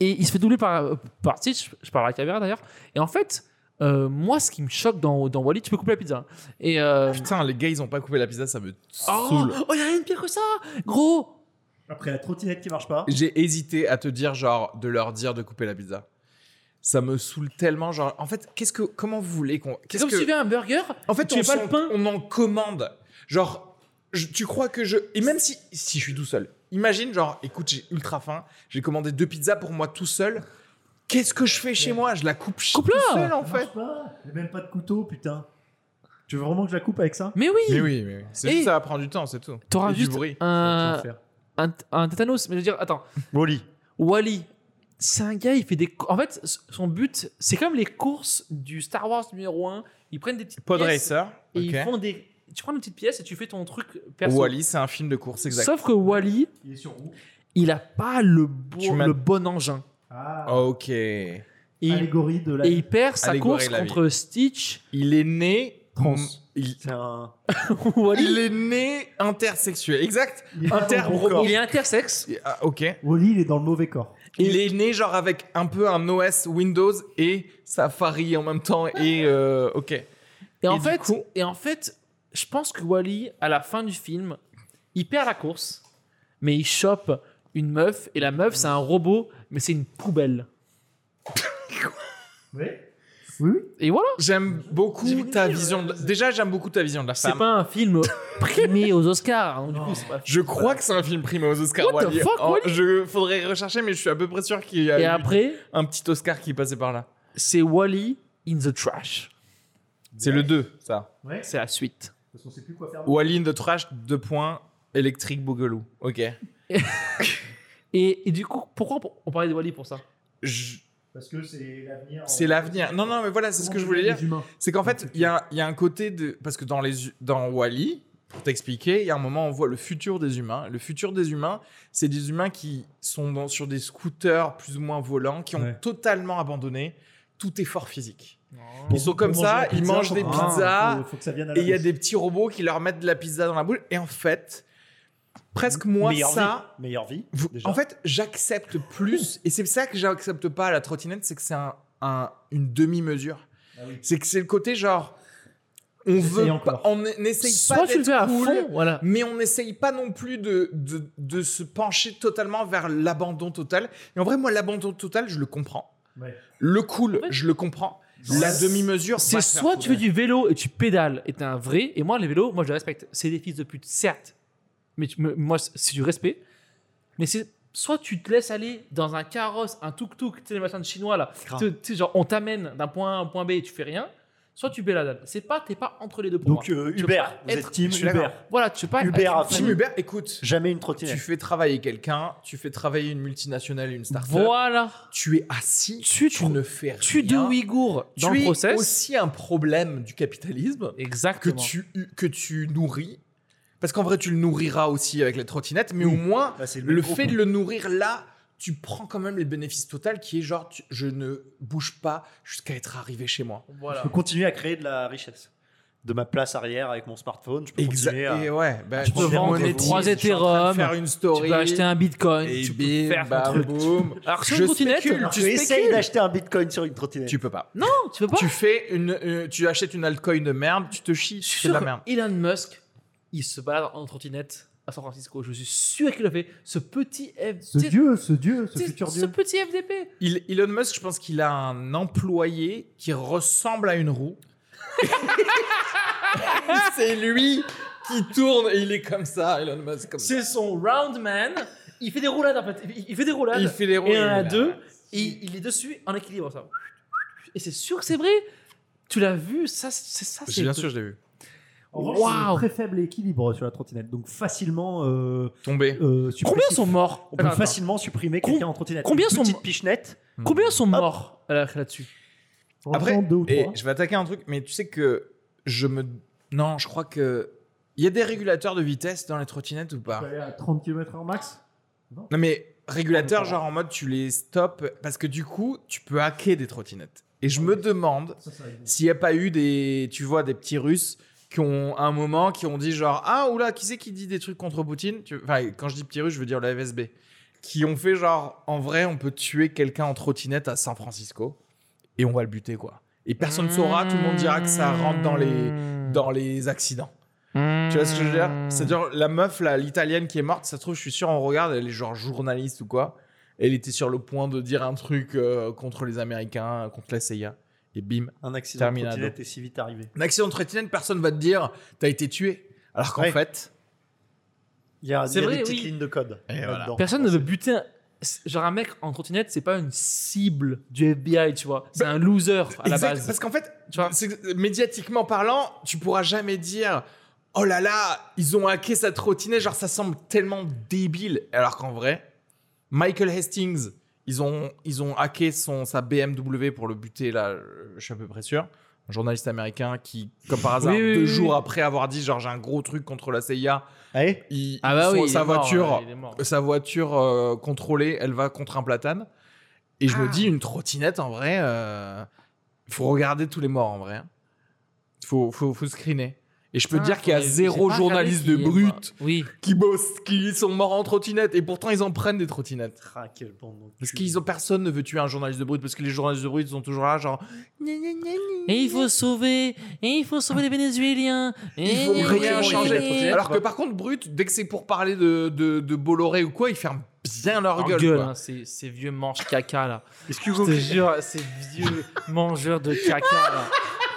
et il se fait doubler par par Stitch. Je parle à la caméra d'ailleurs. Et en fait, euh, moi, ce qui me choque dans dans Wally, tu peux couper la pizza. hein. Et euh, Putain les gars ils ont pas coupé la pizza ça me oh, saoule. oh, y a rien de pire que ça, gros. Après la trottinette qui marche pas. J'ai hésité à te dire genre de leur dire de couper la pizza. Ça me saoule tellement genre en fait qu'est-ce que comment vous voulez qu'on C'est qu'est-ce comme que si tu fais un burger. En fait, Tu on, fais pas s'en- le pain on en commande. Genre, je- tu crois que je. Et même si, si je suis tout seul, imagine, genre, écoute, j'ai ultra faim, j'ai commandé deux pizzas pour moi tout seul. Qu'est-ce que je fais chez moi Je la coupe ch- Coupe-la tout seul, en Ça fait. marche pas. J'ai même pas de couteau, putain. Tu veux vraiment que je la coupe avec ça Mais oui. Ah, Mais oui, mais oui. c'est Et- juste ça va prendre du temps, c'est tout. T'auras Et du juste bruit. un, Tu vas le faire. un un tétanos. Mais je veux dire, attends. Wally. Wally, c'est un gars, il fait des. En fait, s- son but, c'est comme les courses du Star Wars numéro 1. Ils prennent des petites Pod pièces Racer. et ok. ils font des. Tu prends une petite pièce et tu fais ton truc perso. Wally, c'est un film de course exact. Sauf que Wally, Il est sur roue. il a pas le, bon- Tu m'as- le bon engin. Ah. Ok. Et, il- Allégorie de la. et il perd sa Allégorie course de la vie. contre Stitch. Il est né. Trans. Il, C'est un. Wally, il est né intersexuel. Exact. Il est pas dans le Inter-robot. bon corps. il est intersexe. Ah, ok. Wally, il est dans le mauvais corps. Il est né genre avec un peu un OS Windows et Safari en même temps Ah. et euh, ok. Et, en du fait, coup- et en fait, je pense que Wally, à la fin du film, il perd la course, mais il chope une meuf. Et la meuf, c'est un robot, mais c'est une poubelle. Oui. Oui. Et voilà, J'aime beaucoup J'ai fini ta le film, vision. de- Déjà, j'aime beaucoup ta vision de la c'est femme. pas un film primé aux Oscars. hein, donc du Non. coup, c'est pas- Je crois que c'est un film primé aux Oscars. What the Wall-E. fuck, Oh, Wall-E je faudrait rechercher, mais je suis à peu près sûr qu'il y a Et eu après, un petit Oscar qui passait par là. c'est Wally in the trash. C'est le 2, ça. Ouais. C'est la suite. Parce qu'on sait plus quoi faire. Wally in the Trash, 2 points, électrique Boogaloo. Ok. Et, et du coup, pourquoi on- on parlait de Wally pour ça Je- Parce que c'est l'avenir. C'est l'avenir. Non, non, mais voilà, c'est ce que je voulais dire. C'est qu'en fait, il y a, il y a un côté de. Parce que dans, les, hu- dans Wally, pour t'expliquer, il y a un moment, on voit le futur des humains. Le futur des humains, c'est des humains qui sont dans- sur des scooters plus ou moins volants, qui ont Ouais. totalement abandonné tout effort physique. Ils sont comme ça, ils mangent des comprendre. pizzas, Faut, faut que ça vienne à la et il y a bouche. des petits robots qui leur mettent de la pizza dans la boule. Et en fait, presque moi, Meilleure ça. vie. Meilleure vie. Vous- déjà. en fait, j'accepte plus, et c'est ça que j'accepte pas à la trottinette, c'est que c'est un- un- une demi-mesure. Ah oui. C'est que c'est le côté genre, on J'essaye veut, encore. pas- on n'essaye pas Soit tu le fais d'être à cool, fond, voilà. mais on n'essaye pas non plus de, de, de se pencher totalement vers l'abandon total. Et en vrai, moi, l'abandon total, je le comprends. Ouais. Le cool, je le comprends. La demi-mesure, C'est va te faire soit tu fais foudrer. du vélo et tu pédales et t'es un vrai, et moi, les vélos, moi, je les respecte. C'est des fils de pute, certes, mais tu me- moi, c'est du respect. Mais c'est soit tu te laisses aller dans un carrosse, un tuk-tuk, tu sais, les machins de chinois là, tu Grave. sais, tu sais, genre on t'amène d'un point A à un point B et tu fais rien, soit tu pédales. C'est pas, t'es pas entre les deux pour Donc moi. euh, Tu peux Uber, vous être- êtes team je suis Uber. d'accord. Voilà, tu peux pas. Uber à Tim fond. Hubert, écoute, Jamais une tu trottinette. fais travailler quelqu'un, tu fais travailler une multinationale, une start-up. Voilà. Tu es assis, Tu- tu, tu- ne fais rien. Tu deux Ouïghours Tu dans le es process. aussi un problème du capitalisme que Exactement. tu, que tu nourris. Parce qu'en vrai, tu le nourriras aussi avec les trottinettes, mais au Mm. moins, Bah, c'est le même fait groupe. de le nourrir là, tu prends quand même les bénéfices total qui est genre, tu- je ne bouge pas jusqu'à être arrivé chez moi. Voilà. Je peux continuer à créer de la richesse. De ma place arrière avec mon smartphone, je peux continuer à. Exact. Et ouais, bah, Tu peux Je vendre monétise, trois je suis en train de Ethereum, faire une tu story. peux acheter un Bitcoin, Et tu peux bim, faire un bam, truc. boum. Alors sur Je une trottinette, spécule, Tu tu essayes spécules. d'acheter un bitcoin sur une trottinette. Tu peux pas. Non, tu peux pas. Tu fais une, euh, tu achètes une altcoin de merde, tu te chies, Je suis c'est de sûr la que merde. Elon Musk, il se balade en trottinette à San Francisco. Je suis sûr qu'il le fait. Ce petit F... Ce dieu, ce dieu, ce ce- futur ce dieu. petit FDP. Il- Elon Musk, je pense qu'il a un employé qui ressemble à une roue. c'est lui qui tourne et il est comme ça, Elon Musk. Comme ça. C'est son round man. Il fait des roulades en fait. Il- Il fait des roulades. Il fait les roues. et il un est à là. deux. Et il est dessus en équilibre. Ça. Et c'est sûr que c'est vrai. Tu l'as vu, ça, c'est ça. J'ai- c'est- Bien sûr, je l'ai vu. En revanche, c'est Waouh. très faible équilibre sur la trottinette. Donc facilement. euh, Tombé. euh, suppressif. Combien sont morts On peut Attends, facilement supprimer Com- quelqu'un en trottinette. combien Une sont- Petite pichenette. attends. Combien sont morts là- là-dessus Après, Franchement, deux ou et trois. je vais attaquer un truc, mais tu sais que je me. Non, je crois que. Il y a des régulateurs de vitesse dans les trottinettes ou pas Tu peux aller à 30 km/h max. Non, mais régulateurs, genre en mode tu les stops, parce que du coup, tu peux hacker des trottinettes. Et je me demande Ça, ça arrive. s'il n'y a pas eu des. Tu vois, des petits Russes qui ont à un moment qui ont dit genre ah oula qui c'est qui dit des trucs contre Poutine Tu- enfin quand je dis petits Russes je veux dire la FSB qui ont fait genre en vrai on peut tuer quelqu'un en trottinette à San Francisco et on va le buter quoi et personne ne saura tout le monde dira que ça rentre dans les Hmm. dans les accidents. Tu vois ce que je veux dire Mm. C'est-à-dire, la meuf, là, l'italienne qui est morte, ça se trouve, je suis sûr, on regarde, elle est genre journaliste ou quoi. Elle était sur le point de dire un truc euh, contre les Américains, contre la CIA. Et bim. Un accident de Terminado. trottinette est si vite arrivé. Un accident de trottinette, personne va te dire t'as été tué. Alors qu'en Ouais. fait, Il y a, il y C'est a vrai, des petites oui. lignes de code. Et là-dedans. voilà. Personne ne veut buter. un- Genre un mec en trottinette, c'est pas une cible du FBI, tu vois. C'est un loser à la Exact, base. Ah. Parce qu'en fait, Tu vois c'est- médiatiquement parlant, tu pourras jamais dire oh là là, ils ont hacké sa trottinette, genre ça semble tellement débile. Alors qu'en vrai, Michael Hastings, ils ont, ils ont hacké son, sa BMW pour le buter, là, euh, je suis à peu près sûr. Un journaliste américain qui, comme par hasard, Oui, oui, deux oui, jours oui. après avoir dit genre j'ai un gros truc contre la CIA, Allez, il, Ah bah son- oui, il sa est mort, voiture ouais, il est mort. sa voiture euh, contrôlée, elle va contre un platane. Et je me Ah. dis, une trottinette, en vrai, il faut regarder tous les morts, en vrai. hein. Faut, faut, faut screener. Et je peux te Ah, dire qu'il y a j'ai- zéro j'ai pas journaliste de regardé qui est, moi. brut Oui. qui bosse, qui sont morts en trottinette. Et pourtant, ils en prennent des trottinettes. Ah, quel bon nom. Parce qu'ils ont personne ne veut tuer un journaliste de brut, parce que les journalistes de brut sont toujours là, genre. Gna, gna, gna, gna, Et il faut sauver, et il faut sauver les Vénézuéliens. Et Ils vont Et- rien Et- changer. Et- Alors que par contre, brut, dès que c'est pour parler de, de, de Bolloré ou quoi, ils ferment bien leur En gueule. gueule, quoi. hein, ces, ces vieux manches caca là. Je Excuse-moi. te jure, ces vieux mangeurs de caca là.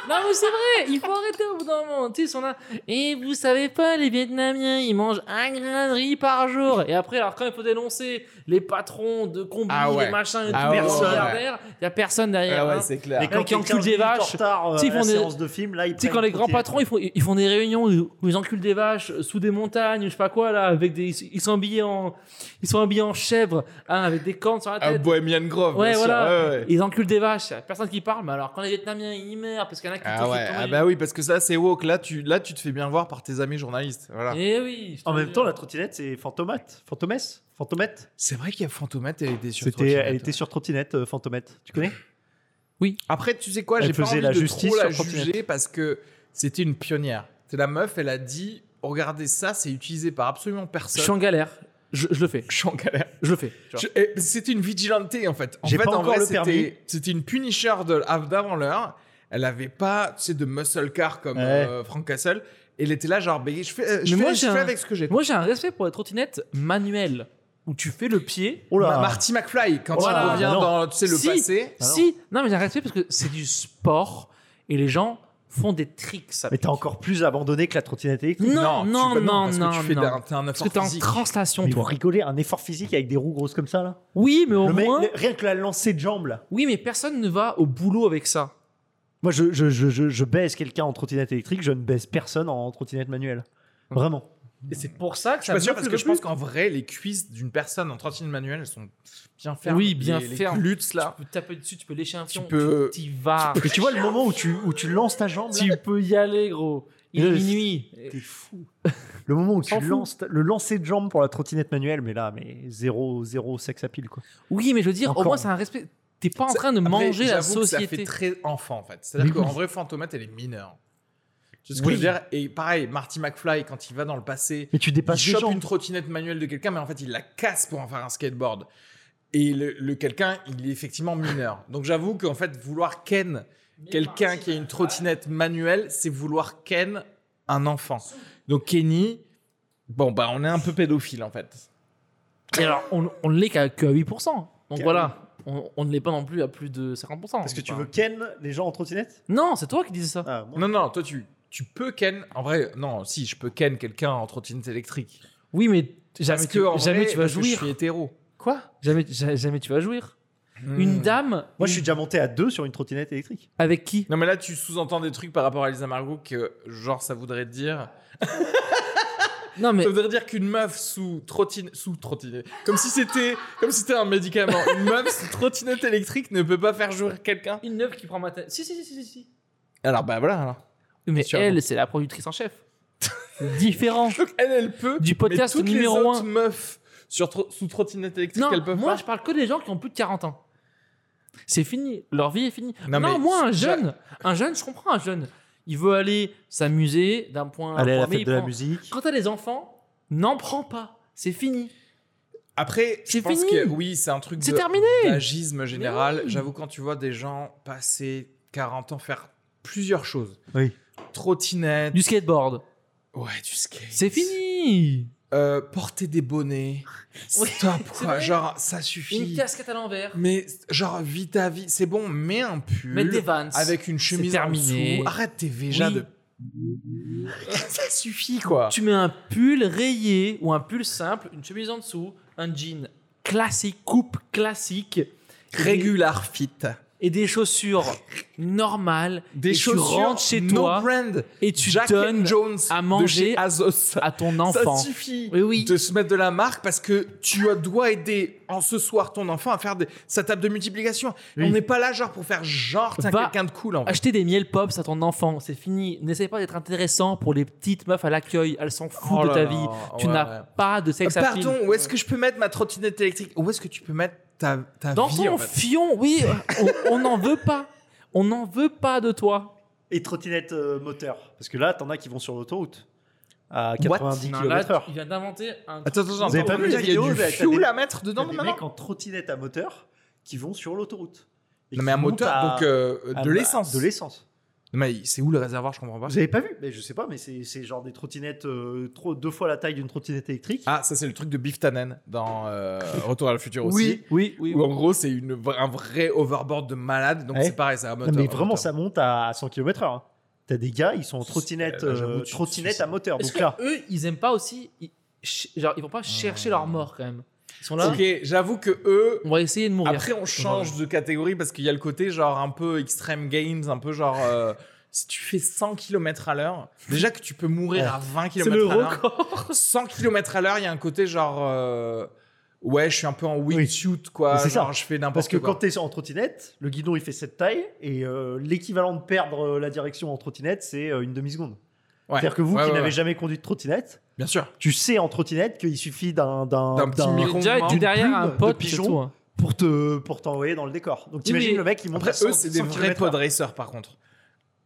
Non mais c'est vrai, il faut arrêter au bout d'un moment. Tu sais, ils sont là. Et vous savez pas, les Vietnamiens, ils mangent un grain de riz par jour. Et après, alors quand il faut dénoncer les patrons de combis, Ah ouais. les machins, et Ah tout, ouais, les ouais. milliardaires, il y a personne derrière. Ah ouais, hein. c'est clair. Mais quand Mec qui quelqu'un encule des est vaches, en retard tu sais, euh, ils à font la des- séance de film, là, ils Tu sais, prennent quand les une grands patrons, ils font, ils font des réunions où où ils enculent des vaches sous des montagnes, ou je sais pas quoi, là, avec des, ils sont habillés en, ils sont habillés en chèvre, hein, avec des cornes sur la Ah, tête. Bohemian Grove, Ouais, bien sûr. voilà. ouais, ouais. Ils enculent des vaches, y a personne qui parle, mais alors quand les Vietnamiens ils meurent, parce qu'il y en a qui Ah touchent ouais, le ah temps, bah oui, parce que ça c'est woke. Là tu, là, tu te fais bien voir par tes amis journalistes. Voilà. ils- Eh oui. je te En même jure. temps, la trottinette, c'est fantomate. Fantomesse Fantomette C'est vrai qu'il y a Fantomette, elle était sur C'était, trottinette. Elle était sur trottinette, euh, Fantomette. Tu connais Après, tu sais quoi, Elle j'ai pas faisait envie la de justice trop la sur trottinette. juger parce que c'était une pionnière. C'est la meuf, elle a dit regardez ça, c'est utilisé par absolument je personne. suis en galère. Je, je le fais. Je suis en galère. Je le fais. tu vois. Je- et C'était une vigilante en fait. En J'ai fait, pas en encore vrai, le permis. c'était c'était une punisher de- av- d'avant l'heure. Elle avait pas, tu sais, de muscle car comme Ouais. euh, Frank Castle. Elle était là genre, mais je fais, je Mais moi, fais- je j'ai fais un- avec ce que j'ai. Moi j'ai un respect pour les trottinettes manuelles. où tu fais le pied. Oh là. Ma- Marty McFly, quand Voilà. il revient Bah non. dans tu sais, le Si. passé. Ah non. si, non, mais j'ai arrêté parce que c'est du sport et les gens font des tricks. Mais avec. t'es encore plus abandonné que la trottinette électrique. Non, tu- non, bah non, parce non, que tu fais non. d'un- t'es un Parce que effort t'es en physique. translation, Mais vous toi. rigolez, un effort physique avec des roues grosses comme ça, là Oui, mais au Le mec- moins. le- Rien que la lancée de jambes, là. Oui, mais personne ne va au boulot avec ça. Moi, je, je, je, je, je baise quelqu'un en trottinette électrique, je ne baise personne en trottinette manuelle. Hmm. Vraiment. Et c'est pour ça que Je suis pas sûr parce que je pense qu'en vrai, les cuisses d'une personne en trottinette manuelle, elles sont bien fermes. Oui, bien les, fermes. Les glutes, là, Tu peux taper dessus, tu peux lécher un tu fion. peux. Tu y vas. Mais tu vois le moment où tu, où tu lances ta jambe, là, Tu peux y aller, gros. Il est Yes. minuit. t'es fou. Le moment où tu s'en fout. lances ta- le lancer de jambe pour la trottinette manuelle, mais là, mais zéro, zéro sexe à pile, quoi. Oui, mais je veux dire, au Encore. moins, c'est un respect. T'es pas en C'est- train de Après, manger la j'avoue que Ça fait société. très enfant en fait. C'est-à-dire Mais qu'en oui. vrai, Fantomate, elle est mineure. Tu sais ce que Oui. je veux dire Et pareil, Marty McFly, quand il va dans le passé, Mais tu il dépasses les chope gens. une trottinette manuelle de quelqu'un, mais en fait, il la casse pour en faire un skateboard. Et le, le quelqu'un, il est effectivement mineur. Donc j'avoue qu'en fait, vouloir ken quelqu'un qui a une trottinette manuelle, c'est vouloir ken un enfant. Donc Kenny, bon, bah, on est un peu pédophile en fait. Et alors, on, on ne l'est qu'à que à 8%. Donc Qu'à voilà, on, on ne l'est pas non plus à plus de 50%. Parce que tu Enfin, veux ken les gens en trottinette Non, c'est toi qui disais ça. Ah, moi- Non, non, toi, tu, tu peux ken. En vrai, non, si, je peux ken quelqu'un en trottinette électrique. Oui, mais jamais, Parce que, tu, en jamais vrai, tu vas parce que Je jouir. suis hétéro. Hmm. Quoi Jamais, ja- jamais tu vas jouir. Une dame Moi, je suis déjà monté à deux sur une trottinette électrique. avec qui Non, mais là, tu sous-entends des trucs par rapport à Elisa Margot que, genre, ça voudrait dire. Non, mais Ça voudrait dire qu'une meuf sous trottine. Sous trottinette. Comme si c'était comme si c'était un médicament. Une meuf sous trottinette électrique ne peut pas faire jouir quelqu'un. une neuve qui prend ma tête. Si, si, si, si, si, si. Alors, bah voilà. alors. Oui, mais Sûrement. elle, c'est la productrice en chef. C'est Différent. Donc, elle, elle peut. Du podcast mais toutes numéro les un. autres meufs sur tro- sous trottinette électrique, Non, elles peuvent moi, pas. je parle que des gens qui ont plus de 40 ans. C'est fini, leur vie est finie. Non, Non, mais moi, un c'est- jeune, un jeune, je comprends un jeune. Il veut aller s'amuser d'un point à un Allez à la point B, fête Ah, il de la prend- musique. Quand t'as des enfants, n'en prends pas. C'est fini. Après, je C'est pense fini. que oui, c'est un truc C'est de, terminé. d'agisme général. Mais oui. J'avoue, quand tu vois des gens passer 40 ans faire plusieurs choses. Oui. Trottinette. Du skateboard. Ouais, du skate. C'est fini. Euh, porter des bonnets. Ouais, Stop, c'est quoi. vrai. Genre, ça Une suffit. casquette à l'envers. Mais, genre, vis ta vie. C'est bon, mets un pull. Mettre des vans. Avec une chemise C'est terminé. en dessous. Arrête tes déjà Oui. de... ça suffit, quoi. Tu mets un pull rayé ou un pull simple, une chemise en dessous, un jean classique, coupe classique, Régular fit. et des chaussures normales. Des Et tu chaussures rentres chez no toi brand. Et tu Jack and donnes Jones à de manger chez Azos. à ton enfant. Ça suffit Oui, oui. de se mettre de la marque parce que tu dois aider en ce soir ton enfant à faire des- sa table de multiplication. Oui. On n'est pas là genre pour faire genre t'es Va- quelqu'un de cool en fait. Acheter des miel pops à ton enfant, c'est fini. N'essaye pas d'être intéressant pour les petites meufs à l'accueil. Elles s'en foutent Oh de là ta là, vie. ouais, tu n'as ouais. pas de sexe Euh, à Pardon, où est-ce que je peux mettre ma trottinette électrique Où est-ce que tu peux mettre ta, ta Dans vie ton en fait fion, oui, euh, on- on n'en veut pas. On n'en veut pas de toi. Et trottinette euh, moteur. Parce que là, t'en as qui vont sur l'autoroute à What 90 Non, là, km/h. il vient d'inventer un. Attends, attends, attends. Vous avez pas on vu peut la dire qu'il y a vidéo, du t'as des- fuel à mettre Il y a dedans des maintenant mecs en trottinette à moteur qui vont sur l'autoroute. Et Non qui mais un montent moteur, à- donc euh, à- de l'essence. De l'essence. Non, mais c'est où le réservoir Je comprends pas. Vous avez pas vu Mais je sais pas, mais c'est c'est genre des trottinettes euh, trop- deux fois la taille d'une trottinette électrique. Ah, ça c'est le truc de Biff Tannen dans euh, Retour à le futur aussi. Oui, oui, oui. Où en gros c'est une vra- un vrai overboard de malade. Donc Ouais. c'est pareil, c'est un Non, moteur. mais un vraiment, moteur. ça monte à 100 km/h. hein. T'as des gars, ils sont en trottinette, Euh, bah, j'avoue, euh, tu- trottinette tu- à moteur. Est-ce Donc que là, eux, ils aiment pas aussi. Ils, ch- genre, ils vont pas Ah. chercher leur mort quand même. Ils sont là. Ok, j'avoue que eux, On va essayer de mourir. Après, on change de catégorie parce qu'il y a le côté genre un peu extreme games, un peu genre euh, si tu fais 100 km à l'heure, déjà que tu peux mourir Ouais. à 20 C'est km le à l'heure. record. 100 km à l'heure, il y a un côté genre euh, ouais, je suis un peu en Oui. wingsuit quoi, Mais c'est genre ça. je fais n'importe Parce que quoi. quand t'es en trottinette, le guidon il fait cette taille et euh, l'équivalent de perdre euh, la direction en trottinette c'est euh, une demi seconde. Ouais. C'est-à-dire que vous Ouais, qui ouais, n'avez ouais. jamais conduit de trottinette, bien sûr, tu sais en trottinette qu'il suffit d'un d'un D'un petit d'un- micro- Déjà, D'une tu derrière plume un de pote, pigeon. c'est tout, hein. pour te pour t'envoyer dans le décor. Donc t'imagines mais- le mec qui monte après à 100, eux c'est des 100 vrais km/h. pod racers par contre.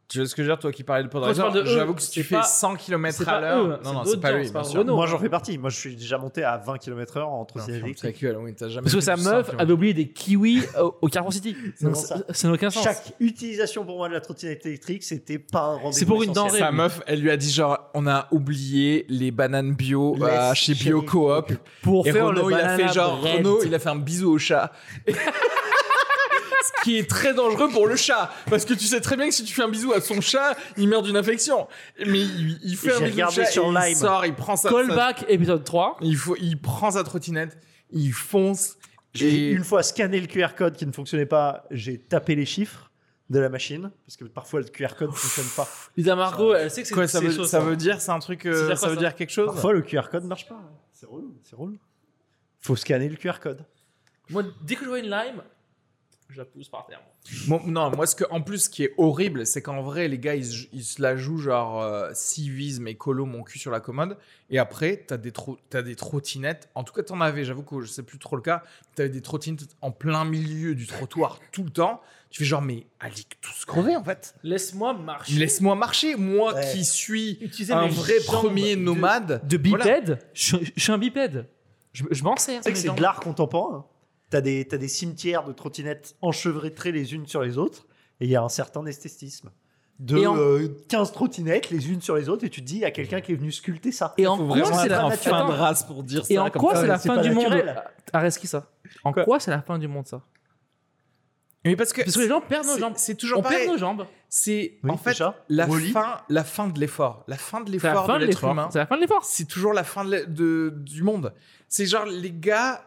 Tu vois ce que je veux dire, toi qui parlais de Quand je parle Podrizer, de eux, j'avoue que si tu c'est fais pas- 100 km c'est à pas l'heure, eux, non, c'est non, c'est pas d'autres gens, lui, c'est bien pas sûr. Renaud. Moi, j'en fais partie. Moi, je suis déjà monté à 20 km/h en hein. Non, trottinette je suis électrique. avec lui, alors oui, t'as jamais Parce que Ah, fait sa du meuf 100 km. avait oublié des kiwis euh, au, au Carrefour City. C'est Donc, bon, ça. ça ça n'a aucun sens. Chaque utilisation pour moi de la trottinette électrique, c'était pas un rendez-vous. C'est pour une essentiel. denrée. Sa lui. meuf, elle lui a dit genre, on a oublié les bananes bio euh, Laisse chez Bio chérie. Coop. Pour Et faire Renaud, le il a fait banana genre, bread. Renaud, il a fait un bisou au chat. Ce qui est très dangereux pour le chat. Parce que tu sais très bien que si tu fais un bisou à son chat, il meurt d'une infection. Mais il, il fait Et un bisou j'ai au regardé chat sur et il Lime. sort, il prend sa... sa- Callback épisode 3. il, faut, il prend sa trottinette, il fonce. J'ai Et une fois scanné le QR code qui ne fonctionnait pas, j'ai tapé les chiffres de la machine parce que parfois le QR code ne fonctionne pas. Lisa Margot, elle sait que c'est hein. quoi, ça c'est veut, chaud, ça veut dire C'est un truc... euh, Ça veut dire ça, quoi, veut ça dire quelque chose Parfois le QR code marche pas. C'est relou, c'est relou. Faut scanner le QR code. Moi, dès que je vois une lime, je la pousse par terre. Bon, non, moi, ce que, en plus, ce qui est horrible, c'est qu'en vrai, les gars, ils, se- ils se la jouent genre euh, civisme et colo, mon cul sur la commode. Et après, t'as des, tro- t'as des trottinettes. En tout cas, t'en avais, j'avoue que je sais plus trop le cas. T'avais des trottinettes en plein milieu du trottoir tout le temps. Tu fais genre, mais Alic, tout se crever en fait. Bah, Laisse-moi marcher. Laisse-moi marcher. Moi Ouais. qui suis Utiliser un mes vrai jambes premier de- nomade. De Voilà. bipède je, je suis un bipède. Je, je m'en sers. Tu sais que c'est de l'art contemporain. hein. T'as des, t'as des cimetières de trottinettes enchevêtrées les unes sur les autres, et il y a un certain esthétisme. De Et en- euh, 15 trottinettes les unes sur les autres, et tu te dis, il y a quelqu'un qui est venu sculpter ça. Et en Faut quoi vraiment c'est être la un fin de Attends, race pour dire Et ça. en comme quoi ça. ça, c'est la c'est fin pas du monde naturel. Areski ça. En Quoi quoi, c'est la fin du monde ça Mais parce que, Parce que les gens perdent nos c'est- jambes. c'est On toujours perd pareil. nos jambes. C'est Oui, en fait déjà. la Wall-E. fin, la fin de l'effort, la fin de C'est la l'effort fin de de l'être humain. l'effort. C'est la fin de l'effort. C'est toujours la fin de l'e- de- du monde. C'est genre les gars,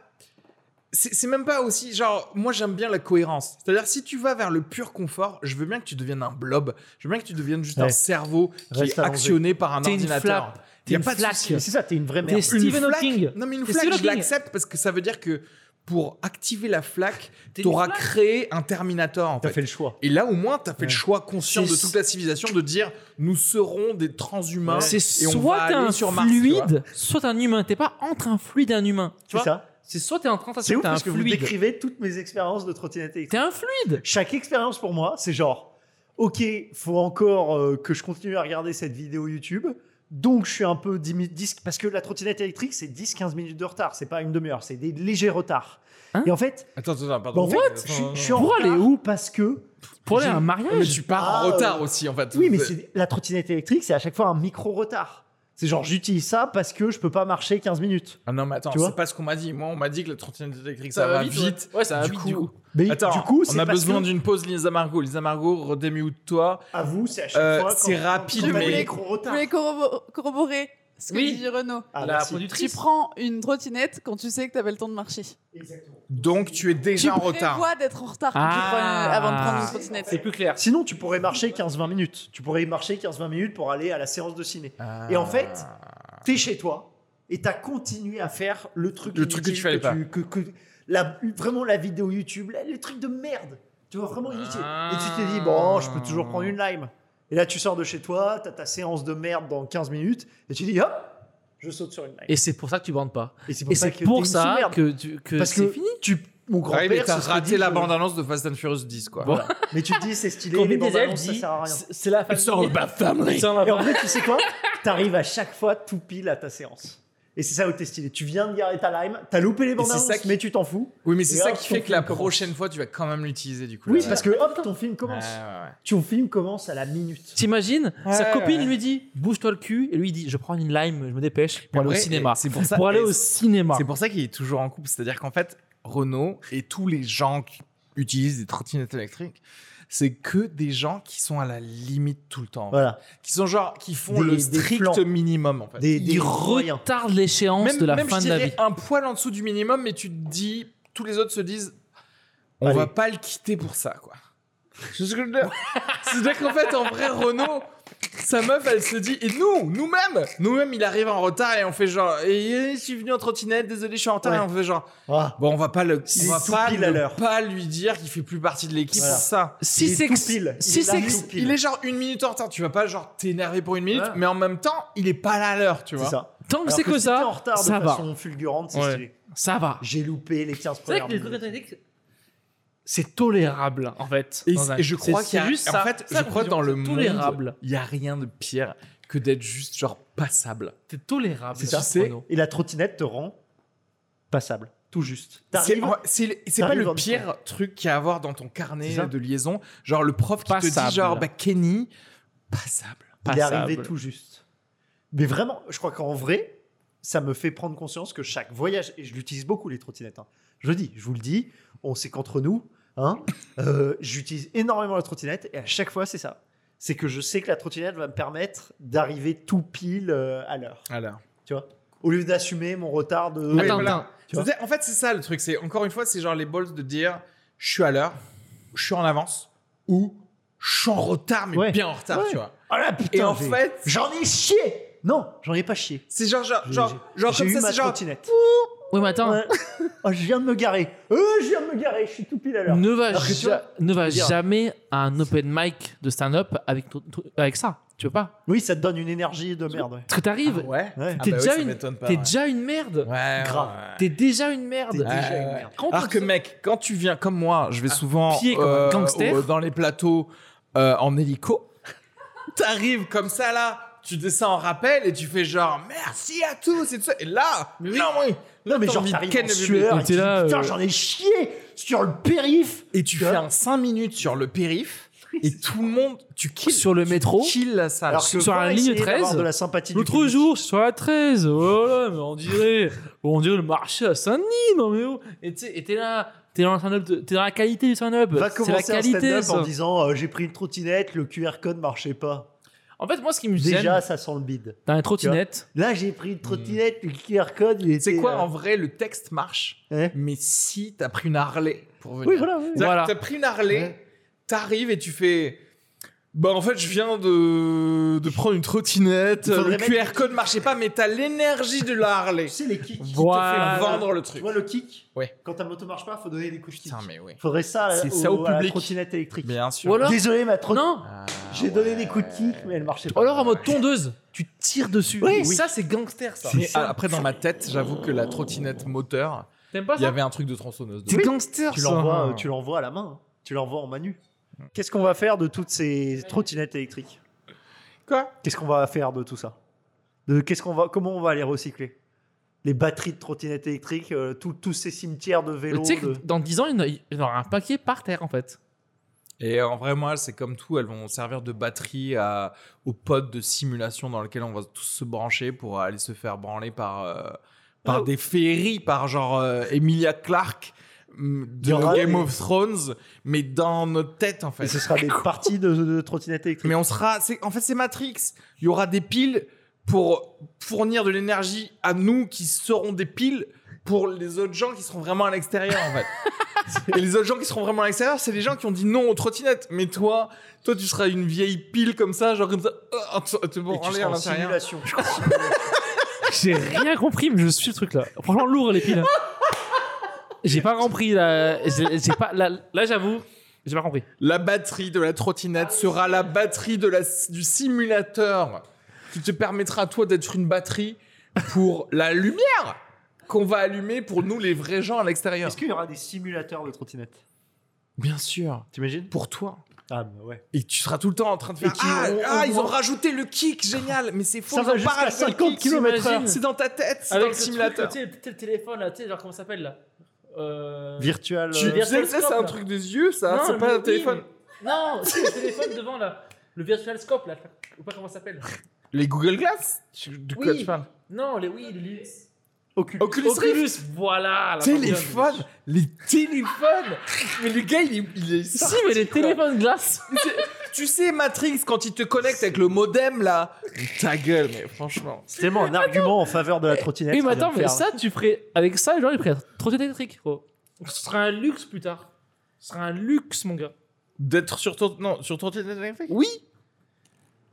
c'est c'est même pas aussi genre moi j'aime bien la cohérence. C'est-à-dire si tu vas vers le pur confort, je veux bien que tu deviennes un blob. Je veux bien que tu deviennes juste Ouais. un cerveau qui Reste est allongé. actionné par un T'es une ordinateur. flappe. Il T'es y a une pas de flaque. souci. Mais c'est ça, t'es une vraie T'es merde. Steve- Stephen flaque- Hawking. Non mais une C'est flaque, Stephen je Hawking. l'accepte parce que ça veut dire que pour activer la flaque, T'es une t'auras flaque. créé un Terminator en T'as fait. fait le choix. Et là, au moins, tu as fait le Ouais. choix conscient de C'est- toute la civilisation de dire nous serons des transhumains Ouais. C'est et on soit va t'es un aller sur Mars. tu vois. fluide, soit t'es un humain. T'es pas entre un fluide et un humain. Tu C'est vois ça. C'est soit t'es en train de C'est ouf t'es un parce que vous fluide. décrivez toutes mes expériences de trottinette électrique. T'es un fluide. Chaque expérience pour moi, c'est genre, ok, faut encore euh, que je continue à regarder cette vidéo YouTube. Donc je suis un peu 10 minutes- 10 parce que la trottinette électrique, c'est 10-15 minutes de retard. C'est pas une demi-heure, c'est des légers retards. Hein Et en fait, Attends, attends, attends, bah, pardon. en fait, Attends, je, suis- attends, je suis attends. en Pour aller retard où parce que Pour aller à J'ai- un Mais mariage. tu pars Ah, en retard euh, aussi, en fait. oui, mais c'est la trottinette électrique, c'est à chaque fois un micro retard. C'est genre j'utilise ça parce que je peux pas marcher 15 minutes. Ah non, mais attends, Tu c'est vois pas ce qu'on m'a dit. Moi, on m'a dit que la trottinette électrique, ça, va vite. Ouais, Ouais, ça va Du vite du coup- coup. Mais Attends, du coup, c'est on a parce besoin que- d'une pause, Lisa Margot. Lisa Margot, redémute-toi. À vous, c'est à chaque Euh, fois. quand- c'est quand- rapide, quand on a mais- des micro Je retards. voulais corrobo- corroborer ce que Oui. dit Renaud. Ah, La merci. Tu productrice. prends une trottinette quand tu sais que t'avais le temps de marcher. Exactement. Donc, tu es déjà Tu en retard. prévois d'être en retard quand tu Ah. prends- avant de prendre une trottinette. C'est plus clair. Sinon, tu pourrais marcher 15-20 minutes. Tu pourrais marcher 15-20 minutes pour aller à la séance de ciné. Ah. Et en fait, T'es chez toi et t'as continué à faire le truc, Le truc que inutile tu fallais pas. que- que- la, vraiment la vidéo YouTube, la- le truc de merde. Tu vois, vraiment inutile. Et tu te dis, bon, je peux toujours prendre une lime. Et là, tu sors de chez toi, t'as ta séance de merde dans 15 minutes et tu dis, hop, je saute sur une lime. Et c'est pour ça que tu bandes pas. Et c'est Et c'est que pour t'es une ça sous-merde. que tu- que Parce que c'est fini. tu, mon Ouais, mais grand-père, t'as se serait raté dit la que- bande-annonce de Fast and Furious 10, quoi. Bon. Mais tu te dis, c'est stylé, Quand les une des bandes ailes annonces, ça dit, sert à rien. c'est c'est la famille. It's all about family. It's all about- Et en vrai, tu sais quoi T'arrives à chaque fois tout pile à ta séance. Et c'est ça où t'es stylé. Tu viens de garer ta lime, t'as loupé les bandes c'est ça annonces, qui- mais tu t'en fous. Oui, mais c'est Et ça hop, qui ton fait que la film commence. prochaine fois, tu vas quand même l'utiliser, du coup. Oui, là. parce que hop, ton film Ouais, commence. ouais, ouais. Ton film commence à la minute. T'imagines Sa Ouais, copine ouais. lui dit bouge-toi le cul et lui il dit je prends une lime, je me dépêche pour aller Après, au cinéma. C'est pour ça. Pour aller et au cinéma. C'est pour ça qu'il est toujours en couple. C'est-à-dire qu'en fait, Renault et tous les gens qui utilisent des trottinettes électriques, c'est que des gens qui sont à la limite tout le temps. en fait. Voilà. Qui sont genre, qui font Des- le des strict plans. minimum en fait. Des, des Il moyens. retarde l'échéance même de la même, fin je de la dirais, vie. un poil en dessous du minimum, mais tu te dis, tous les autres se disent, on Allez. va pas le quitter pour ça quoi. C'est ce que je veux dire. C'est-à-dire qu'en fait, en vrai, Renault. Sa meuf, elle se dit, et nous, nous-mêmes, nous-mêmes, il arrive en retard et on fait genre, et je suis venu en trottinette, désolé, je suis en retard, Ouais. et on fait genre, Ah. Bon, on va pas le, Il on va est tout pas, pile à ne l'heure. pas lui dire qu'il fait plus partie de l'équipe Voilà. pour ça. Si Il est c'est tout que- pile. Il si est là, c'est que- tout pile. Il est genre une minute en retard. Tu vas pas genre t'énerver pour une minute, Ouais. mais en même temps, il est pas là à l'heure, tu C'est vois. ça. tant que Alors c'est que si t'es en ça, retard de ça va. façon fulgurante, c'est Ouais. stylé. Ça va. J'ai loupé les 15 C'est vrai premières que les trucs minutes. internet, c'est tolérable en fait. Et, dans un- et je c'est- crois c'est qu'il y a- juste en ça. fait, Ça, je crois dis, dans le c'est monde, tolérable. il y a rien de pire que d'être juste genre passable. C'est tolérable. C'est sur ça, c'est- Chrono. Et la trottinette te rend passable, tout juste. C'est T'arrives, en- c'est le- c'est pas t'arrives le en disant. pire truc qu'il y a à avoir dans ton C'est carnet ça. de liaison. Genre le prof qui te Passable. dit genre bah Kenny, passable. il est Passable. arrivé tout juste. Mais vraiment, je crois qu'en vrai, ça me fait prendre conscience que chaque voyage, et je l'utilise beaucoup les trottinettes, hein. je le dis, je vous le dis, on sait qu'entre nous, hein, euh, j'utilise énormément la trottinette et à chaque fois c'est ça. C'est que je sais que la trottinette va me permettre d'arriver tout pile euh, à l'heure. Alors. Tu vois Au lieu d'assumer mon retard de. Oui, Attends, voilà. attends. Tu vois C'est-à-dire, en fait, c'est ça le truc. C'est encore une fois, c'est genre les balls de dire je suis à l'heure, je suis en avance ou je suis en retard, mais Ouais. bien en retard, Ouais. tu vois. Ah là, putain, Et en j'ai- fait, J'en ai chié Non, j'en ai pas chié. c'est genre, genre, J'ai- genre, j'ai- genre j'ai comme eu ça, ma c'est genre. trottinette. Oui, mais attends. Ouais. Oh, je viens de me garer. Euh, je viens de me garer, je suis tout pile à l'heure. Ne va, Alors que tu ja- ne va veux dire- jamais à un open mic de stand-up avec, ton- ton- avec ça. Tu veux pas Oui, ça te donne une énergie de merde. ouais. Parce que Ah t'arrives, ouais. Ouais. Ah T'es bah oui, déjà ça une- m'étonne pas, t'es ouais. déjà une merde. Ouais, Grave. ouais. T'es déjà une merde. T'es déjà Ouais, une ouais. merde. Comment Alors que tu- mec, quand tu viens comme moi, je vais souvent pied Ah, comme un euh, gangster. au- dans les plateaux euh, en hélico. T'arrives comme ça là, tu descends en rappel et tu fais genre merci à tous et tout ça. Et là, Mais oui. non oui, Non, mais T'as genre, envie de t'arrives ken en le bébé. sueur. Et et t'es tu dis, là, Putain, euh, j'en ai chié sur le périph. Et tu Tu fais vois un 5 minutes sur le périph et tout le monde, tu kills. Sur le tu métro. kills la salle. Alors que sur la faut ligne essayer d'avoir 13, de la sympathie du L'autre public. jour, je suis sur la 13, voilà, mais on dirait, on dirait le marché à Saint-Denis, non mais oh. Et tu sais, et t'es là, t'es dans, le stand-up de- t'es dans la qualité du stand-up. Va C'est la commencer un qualité, stand-up ça. en disant euh, j'ai pris une trottinette, le QR code marchait pas. En fait, moi, ce qui me gêne Déjà, ça sent le bide. dans les trottinettes, Là, j'ai pris une trottinette, le QR code, il était. Hmm. C'est quoi euh, en vrai le texte marche, hein mais si t'as pris une Harley pour venir. Oui, voilà. oui. C'est-à-dire Voilà. que T'as pris une Harley, Ouais. t'arrives et tu fais. Bah en fait je viens de, de prendre une trottinette, Il le faudrait QR code marchait pas, mais t'as l'énergie de la Harley. Tu sais, les kicks. qui te Voilà. font Pour vendre le Tu truc. vois le kick Ouais. Quand ta moto marche pas, faut donner des coups de kick. Putain mais oui. Faudrait ça, C'est au, ça au à la public. trottinette électrique. Bien sûr. Ou alors- Désolé, ma trottinette. non. Ah, J'ai ouais. donné des coups de kick, mais elle Oh marchait pas. Alors en mode tondeuse, tu tires dessus. Oui, Et oui. Ça, c'est gangster, ça. ah, Mais a- après dans ma tête, j'avoue que la trottinette moteur, T'aimes pas il y ça avait un truc de tronçonneuse. dedans. C'est gangster, Tu ça. l'envoies, euh, tu l'envoies à la main. hein. Tu l'envoies en manu. Qu'est-ce qu'on va faire de toutes ces trottinettes électriques Quoi Qu'est-ce qu'on va faire de tout ça De qu'est-ce qu'on va, comment on va les recycler Les batteries de trottinettes électriques, euh, tout- tous ces cimetières de Mais vélos. Tu sais que de- dans 10 ans, il y en a- il y en aura un paquet par terre, en fait. Et en vrai, moi, c'est comme tout, elles vont servir de batterie à, aux pods de simulation dans lequel on va tous se brancher pour aller se faire branler par, euh, par Ah. des féeries, par genre euh, Emilia Clarke hum, Il y de aura Game des- of Thrones, mais dans notre tête, en euh, Et ce fait. sera des parties de, de trottinettes électriques. Mais on sera. c'est- En fait, c'est Matrix. Il y aura des piles pour fournir de l'énergie à nous qui seront des piles pour les autres gens qui seront vraiment à l'extérieur, en fait. Et les autres gens qui seront vraiment à l'extérieur, c'est les gens qui ont dit non aux trottinettes. Mais toi, toi, tu seras une vieille pile comme ça, genre comme ça. ah, tu- tu vas Et en tu l'air, seras en j'en sais rien. simulation. J'ai rien compris, mais je suis le truc là. Franchement, lourd les piles. hein. J'ai pas compris là. J'ai j'ai pas, là, là, j'avoue, j'ai pas compris. La batterie de la trottinette sera la batterie de la, du simulateur qui te permettra, toi, d'être une batterie pour la lumière qu'on va allumer pour nous, les vrais gens à l'extérieur. Est-ce qu'il y aura des simulateurs de trottinettes Bien sûr. T'imagines Pour toi. Ah bah ouais. Et tu seras tout le temps en train de faire Et qui ah, auront ah, au ils moins- ont rajouté le kick génial mais c'est faux Ça ils va ont pas rajouté jusqu'à le 50 kick, kilomètres t'imagines heure. c'est dans ta tête c'est dans le simulateur le téléphone là, tu sais, genre comment ça s'appelle là euh... Virtual. tu euh, tu sais Virtual que ça c'est scope, un là. truc des yeux ça c'est pas un téléphone Non, c'est le téléphone devant là. Le virtual scope là. Ou pas comment ça s'appelle les Google Ah, Glass Tu- de quoi Oui. tu parles Non, les oui, les Oh, Oculus. Oculus Rift voilà. téléphone les téléphones mais le gars il est, il est Si, sorti, mais les quoi. téléphones glace. tu sais Matrix quand il te connecte avec le modem là ta gueule mais franchement C'est tellement un argument en faveur de la trottinette. Oui, mais qu'on vient attends, de mais faire. ça, tu ferais. Avec ça, genre, il ferait un trottinette électrique, gros. Ce sera un luxe plus tard. Ce sera un luxe, mon gars. d'être sur ton non sur ton téléphone électrique Oui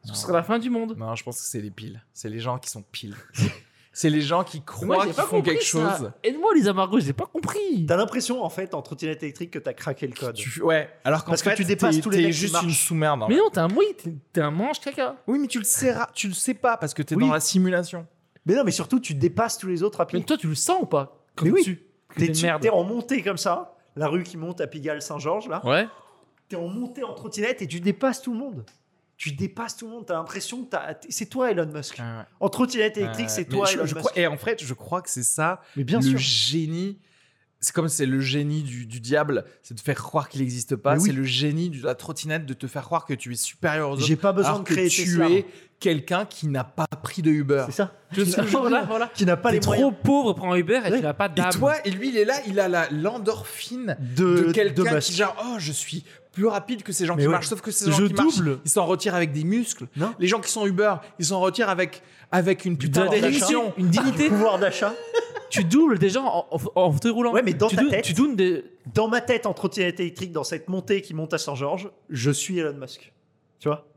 Ce sera la fin du monde. Non, je pense que c'est les piles. C'est les gens qui sont piles. c'est les gens qui Moi, croient j'ai qu'ils pas font compris quelque ça. chose. Aide-moi, Lisa Margot, j'ai pas compris. T'as l'impression en fait en trottinette électrique que t'as craqué le code. Tu- ouais, alors qu'en Parce que fait, tu dépasses t'es- tous les t'es mecs qui juste marchent. une sous-merde. en Mais fait. non, t'es un oui, t'es- t'es un mange caca. Oui, mais tu le sais, ra- tu le sais pas parce que t'es Oui. dans la simulation. Mais non, mais surtout tu dépasses tous les autres Mais rapides. toi, tu le sens ou pas Quand Mais oui. tu- que T'es t'es tu- merde. t'es en montée comme ça. la rue qui monte à Pigalle-Saint-Georges, là. Ouais. T'es en montée en trottinette et tu dépasses tout le monde. Tu dépasses tout le monde. T'as l'impression que t'as- t'es- c'est toi, Elon Musk. Ah ouais. En trottinette électrique, Euh, c'est mais toi, je- Elon je crois- Musk. et en fait, je crois que c'est ça Mais bien le sûr. génie. C'est comme c'est le génie du, du diable, c'est de faire croire qu'il n'existe pas. Mais oui. C'est le génie de la trottinette de te faire croire que tu es supérieur aux autres. J'ai pas besoin alors de créer que tu Tesla. es quelqu'un qui n'a pas pris de Uber. C'est ça. Tu vois ce que je veux Voilà, dire voilà. Qui n'a pas T'es les trop moyens pauvre, prends Uber et Ouais. tu n'as pas Et d'âme. toi, et lui, il est là, il a la- l'endorphine de, de, de quelqu'un Musk. qui genre oh je suis plus rapide que ces gens Mais qui ouais. marchent sauf que ces gens Je qui marchent double. ils s'en retirent avec des muscles Non. les gens qui sont Uber ils s'en retirent avec avec une Tu putain leur donnes des d'achat. d'émission dignité, une dignité. Pouvoir d'achat. tu doubles des gens en, en, en fauteuil roulant. Ouais, mais dans tu ta dou- tête- Tu doubles des. Dans ma tête, en trottinette électrique, dans cette montée qui monte à Saint-Georges, je suis Elon Musk. Tu vois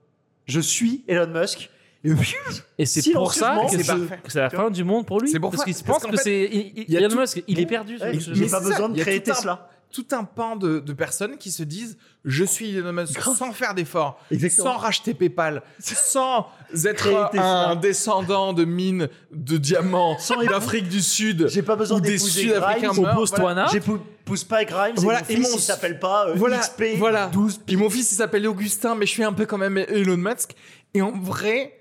Je suis Elon Musk. Et puis, Et c'est pour ça Silencieusement, que c'est c'est parfait. que c'est la Tu vois fin du monde pour lui. C'est pour parce ça. qu'il se Parce pense qu'en que fait, c'est. il- il- il y a Elon tout- Musk, il est perdu. ouais, Je- j'ai mais pas c'est besoin ça, de il y a créer tout un- Tesla. tout un pan de, de personnes qui se disent je suis Elon Musk Grave. sans faire d'efforts Exactement. sans racheter Paypal sans être Créer un, Tesla. descendant de mines de diamants Sans époux- d'Afrique du Sud J'ai pas besoin ou des d'épouser Sud-Africains Grimes. meurent, Oppose-toi voilà. à Nat. J'épouse pas Grimes. Et Voilà, mon et fils, mon- il s'appelle pas euh, Voilà, XP. voilà. 12. Puis mon fils, il s'appelle Augustin, mais je suis un peu quand même Elon Musk. Et en vrai,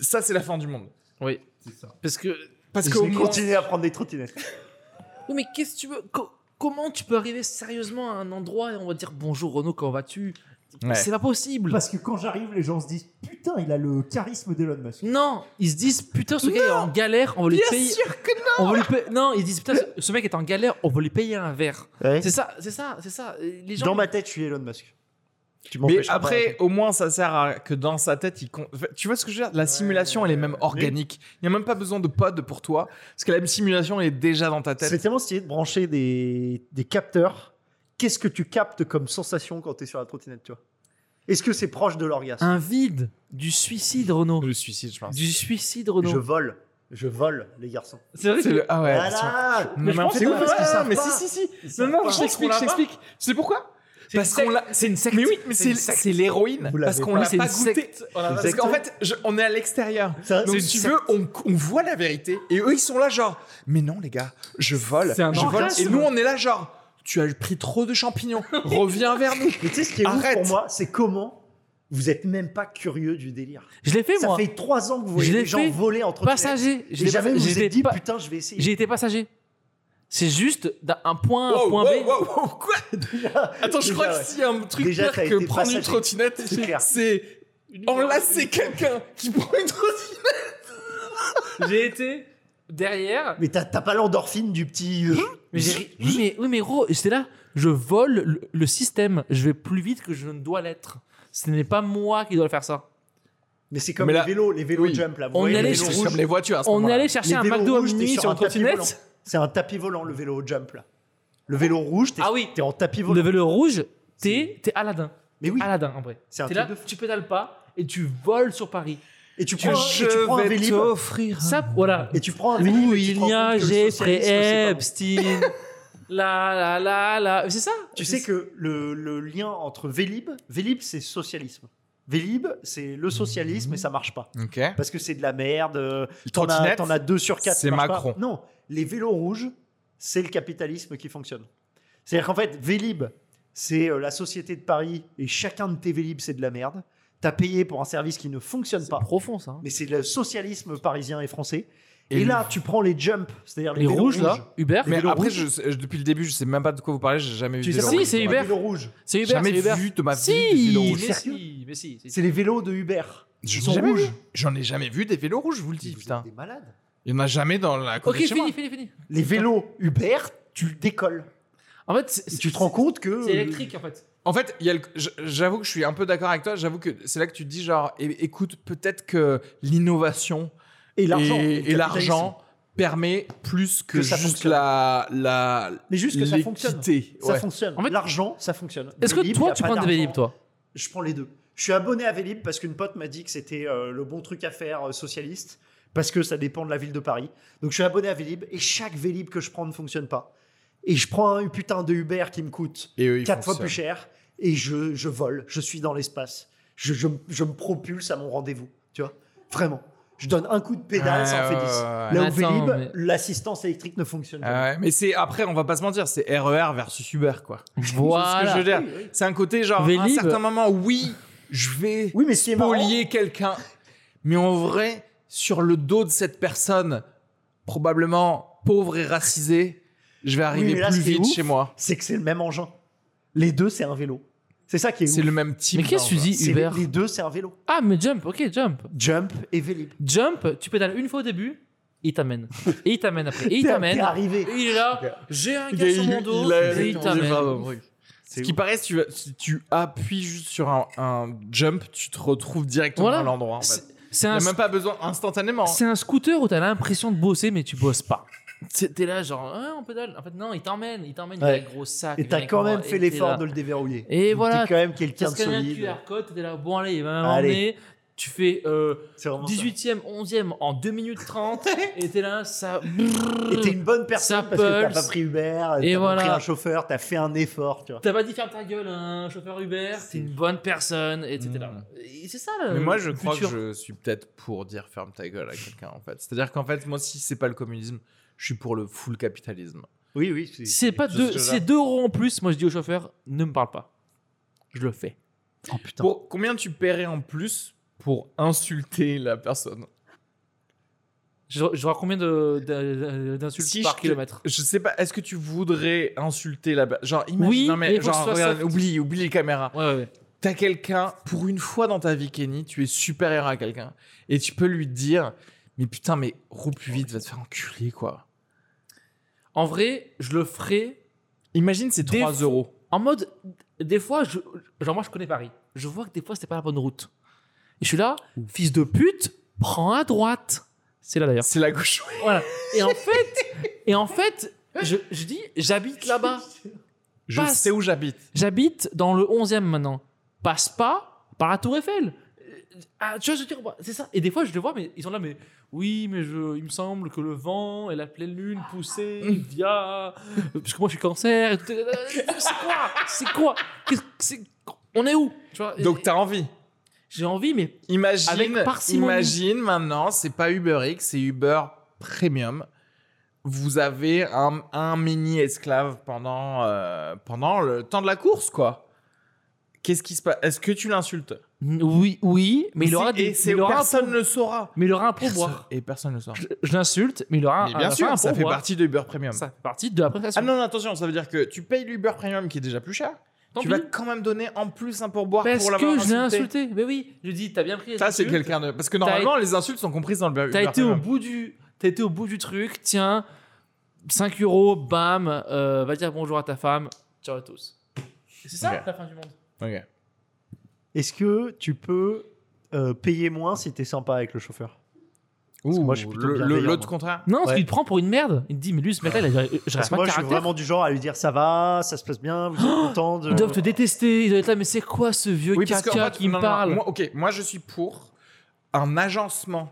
ça, c'est la fin du monde. Oui. Parce que. Parce Je qu'au vais moins, continuer à prendre des trottinettes. Oui, mais qu'est-ce que tu veux co- Comment tu peux arriver sérieusement à un endroit et on va dire bonjour Renaud, comment vas-tu Ouais. C'est pas possible. Parce que quand j'arrive, les gens se disent Putain, il a le charisme d'Elon Musk. Non, ils se disent putain ce gars est en galère, on va lui bien payer. sûr que non On va lui payer- Non, ils se disent putain ce- ce mec est en galère, on va lui payer un verre. C'est ça, c'est ça, c'est ça. Les gens. Dans ma tête, je suis Elon Musk. Tu Mais m'empêches pas. après, au moins, ça sert à que dans sa tête, il con- Enfin, Tu vois ce que je veux dire La simulation, elle est même organique. Il n'y a même pas besoin de pod pour toi. Parce que la simulation, elle est déjà dans ta C'est tête. tellement stylé de brancher des, des capteurs. Qu'est-ce que tu captes comme sensation quand tu es sur la trottinette, tu vois Est-ce que c'est proche de l'orgasme Un vide du suicide Renaud. Le suicide, je pense. Du suicide Je Renaud. vole. Je vole, les garçons. C'est vrai C'est le- Ah ouais. attention. voilà Non, Mais je en pense fait, que- ouais, parce qu'ils savent mais pas. si, si, si. Non, non, je Parce qu'on t'explique, l'a je t'explique. C'est pourquoi C'est Parce une qu'on l'a. C'est une secte. Mais oui, mais c'est une secte. c'est l'héroïne. Vous l'avez Parce qu'on pas. l'a C'est pas une secte. goûté. Parce secte. qu'en fait, je- on est à l'extérieur. Ça- Donc, c'est Ah, si tu une veux, on, on voit la vérité. Et eux, ils sont là, genre, mais non, les gars, je vole. C'est un je vole. orgasme. Et nous, on est là, genre, tu as pris trop de champignons. Reviens vers nous. Mais tu sais, ce qui est ouf Arrête. pour moi, c'est comment vous êtes même pas curieux du délire. Je l'ai fait Ça moi. fait trois ans que vous voyez Je l'ai les gens fait. voler entre Passager. Je Et l'ai jamais pas- vous je vous l'ai êtes dit, pas- putain, je vais essayer. J'ai été passager. C'est juste d'un un point A à un Wow, point wow, B. wow, wow, quoi Attends, je déjà, crois ouais. que s'il y a un truc Déjà, pire t'as que été prendre une passager. trottinette, C'est clair. c'est enlacer quelqu'un qui prend une trottinette. J'ai été derrière. Mais t'as t'as pas l'endorphine du petit. euh, Hein Mais j'ai ri- oui, mais, oui, mais Ro, c'est là, je vole le, le système. Je vais plus vite que je ne dois l'être. Ce n'est pas moi qui dois faire ça. Mais c'est comme Mais là- les vélos, les vélos Oui. jump là. Vous On voyez, est allé les chez- vélos C'est rouges. comme les voitures à ce On moment-là. allait chercher Les un vélos McDo à rouges, t'es minuit sur sur un une tapis volant. trottinette. C'est un tapis volant le vélo jump là. Le vélo rouge, t'es Ah oui. t'es en tapis volant. Le vélo rouge, t'es t'es Aladin. Mais oui, Aladin en vrai. c'est un T'es truc là, de fou. tu pédales pas et tu voles sur Paris. Et tu prends, Je et tu prends un vais vélib. t'offrir. Ça, voilà. Et tu prends un vélib. Où et tu te il rends y a compte que le Jeffrey socialisme, c'est pas bon. Epstein. La la la la. C'est ça. Tu sais que le, le lien entre Vélib, Vélib c'est socialisme. Vélib c'est le socialisme et ça marche pas. Ok. Parce que c'est de la merde. euh, T'en as, Trottinette. t'en as deux sur quatre. c'est ça marche pas. Macron. Non, les vélos rouges, c'est le capitalisme qui fonctionne. C'est-à-dire qu'en fait, Vélib, c'est euh, la société de Paris et chacun de tes Vélib, c'est de la merde. T'as payé pour un service qui ne fonctionne pas. Profond ça. hein. Mais c'est le socialisme parisien et français. Et, Et là, tu prends les jumps, c'est-à-dire les, Les vélos rouges là, Uber. Mais vélos après, rouges. je sais- je- depuis le début, je sais même pas de quoi vous parlez. J'ai jamais Tu vu. sais de pas vélo rouge si, c'est dans ma Uber. Les vélos rouges. C'est Uber. jamais c'est Uber. vu de ma vie Si, des vélos mais rouges. si, mais si, si. C'est les vélos de Uber. J'en ai sont jamais rouges. vu. J'en ai jamais vu des vélos rouges, je vous le dis, Vous êtes putain. Des malades. Il n'y en a jamais dans la Ok, côté de chez moi. fini, fini, fini. Les vélos Uber, tu décolles. En fait, c'est- Et tu te rends compte que. C'est électrique en fait. En fait, il y a le- j- j'avoue que je suis un peu d'accord avec toi. J'avoue que c'est là que tu te dis, genre, é- écoute, peut-être que l'innovation Et et l'argent. le et capitalisme. l'argent permet plus que, Que ça juste fonctionne. la, la Mais juste que ça fonctionne. l'équité. Ça Ouais. fonctionne. En fait- L'argent, ça fonctionne. Est-ce que Vélib, y toi a tu pas prends des d'argent. Vélib toi Je prends les deux. Je suis abonné à Vélib parce qu'une pote m'a dit que c'était euh, le bon truc à faire euh, socialiste, parce que ça dépend de la ville de Paris. Donc je suis abonné à Vélib et chaque Vélib que je prends ne fonctionne pas. Et je prends un putain de Uber qui me coûte Et eux, ils quatre fois fonctionnent. plus cher et je, je vole, je suis dans l'espace. Je, je, je me propulse à mon rendez-vous, tu vois Vraiment. je donne un coup de pédale, ça en fait Ouais, 10. ouais, Là ouais. où Attends, Vélib, mais- l'assistance électrique ne fonctionne Ah pas. ouais, mais c'est après, on va pas se mentir, c'est RER versus Uber quoi. Voilà. C'est ce que je veux dire. Oui, oui. C'est un côté genre, à un Vélib. certain moment, oui, je vais Oui, mais ce qui est marrant- polier quelqu'un, mais en vrai, sur le dos de cette personne, probablement pauvre et racisée, je vais arriver mais là, plus ce qui est vite ouf, chez moi. c'est que c'est le même engin. Les deux, c'est un vélo. C'est ça qui est, C'est ouf. le même type. Mais qu'est-ce que tu d'envoi. dis, C'est Uber les deux, c'est un vélo. Ah, mais jump, ok, jump. Jump et Vélib. Jump, tu pédales une fois au début, il t'amène. Et il t'amène après. Et il T'es- t'amène. T'es arrivé. Et Il est là, j'ai un gars sur mon dos, et il t'amène. Ce qui paraît, si tu, si tu appuies juste sur un, un jump, tu te retrouves directement Voilà. à l'endroit. en fait. C'est- C'est Il un, n'y a même pas besoin instantanément. c'est un scooter où t'as l'impression de bosser, mais tu bosses pas. C'est- T'es là, genre, ah, on pédale. En fait, non, il t'emmène, il t'emmène, il y a Ouais. un gros sac. Et il t'as vient quand avec même moi, fait et t'es l'effort là. de le déverrouiller. Et Donc, voilà. T'es quand même T'as quelqu'un de scanné un QR solide. code, t'es là, bon, allez, il va m'emmener. Allez. Tu fais euh, C'est vraiment ça. 18ème, 11ème en 2 minutes 30, et t'es là, ça. Et t'es une bonne personne Ça parce que t'as pulse. pas pris Uber, Et t'as voilà. pas pris un chauffeur, t'as fait un effort, tu vois. T'as pas dit ferme ta gueule à un chauffeur Uber, t'es une bonne personne, et t'étais là. Et C'est ça le. Mais moi, je le crois euh, futur. que je suis peut-être pour dire ferme ta gueule à quelqu'un, en fait. C'est-à-dire qu'en fait, moi, si c'est pas le communisme, je suis pour le full capitalisme. Oui, oui. C'est pas Tout deux, ce c'est jeu-là. deux euros en plus. Moi, je dis au chauffeur, ne me parle pas. Je le fais. Oh putain. Pour, combien tu paierais en plus pour insulter la personne Je, je vois combien de- de- d'insultes Si par je te- kilomètre. Je sais pas, est-ce que tu voudrais insulter la personne Genre, imagine, Oui, non, mais, mais faut genre, que ce soit regarde, soft. oublie, oublie les caméras. Ouais, ouais, ouais. T'as quelqu'un, pour une fois dans ta vie, Kenny, tu es supérieur à quelqu'un. Et tu peux lui dire, mais putain, mais roule plus vite, va te faire enculer, quoi. En vrai, je le ferai Imagine, c'est Des 3 fois- euros. en mode. Des fois, je, genre, moi, je connais Paris. Je vois que des fois, c'est pas la bonne route. Et je suis là, fils de pute, prends à droite. C'est là d'ailleurs. C'est la gauche. Voilà. Et en fait, et en fait je, je dis, j'habite là-bas. Je Passe. sais où j'habite. J'habite dans le 11e maintenant. Passe pas par la Tour Eiffel. Euh, Ah, tu vois, je veux dire, moi, c'est ça. Et des fois, je le vois, mais ils sont là, mais oui, mais je, il me semble que le vent et la pleine lune poussée via. Parce que moi, je suis cancer. et tout. Euh, C'est quoi C'est quoi Qu'est-ce que c'est On est où tu vois Donc t'as envie. J'ai envie, mais Imagine, Avec parcimonie. imagine maintenant, c'est pas Uber X, c'est Uber Premium. Vous avez un, un mini esclave pendant, euh, pendant le temps de la course, quoi. Qu'est-ce qui se passe Est-ce que tu l'insultes oui, oui, mais il Si- aura et des. c'est- Mais il aura un personne pour- ne le saura. mais il aura un Personne, pourboire. et personne ne le saura. Je, je l'insulte, mais il aura Mais un- bien un- sûr, un ça fait pourboire. partie de Uber Premium. Ça fait partie de la prestation. Ah non, non, attention, ça veut dire que tu payes l'Uber Premium qui est déjà plus cher. Tant tu pis. vas quand même donner en plus un pourboire Parce pour l'avoir que je l'ai insulté. insulté. Mais oui, je lui dis, t'as bien pris. les Ça, c'est insultes. quelqu'un de. Parce que normalement, les insultes sont comprises dans le Uber T'as été au Premium. bout du, t'as été au bout du truc. Tiens, 5 euros, bam. euh, va dire bonjour à ta femme. Ciao à tous. Et C'est ça Ok. la fin du monde. Ok. Est-ce que tu peux euh, payer moins si t'es sympa avec le chauffeur Parce que moi, je suis plutôt le- le- bienveillant, l'autre moi. contraire. Non, parce Ouais. qu'il te prend pour une merde. Il te dit, mais lui, ce mec-là, il a, il a- il a Parce que pas moi, de je suis caractère. Oh vraiment du genre à lui dire ça va, ça se passe bien, vous êtes content de. Ils doivent te détester. Ils doivent être là, mais c'est quoi ce vieux euh, parce caca qu'en fait, qui non, non, me non, parle Moi, ok, moi je suis pour un agencement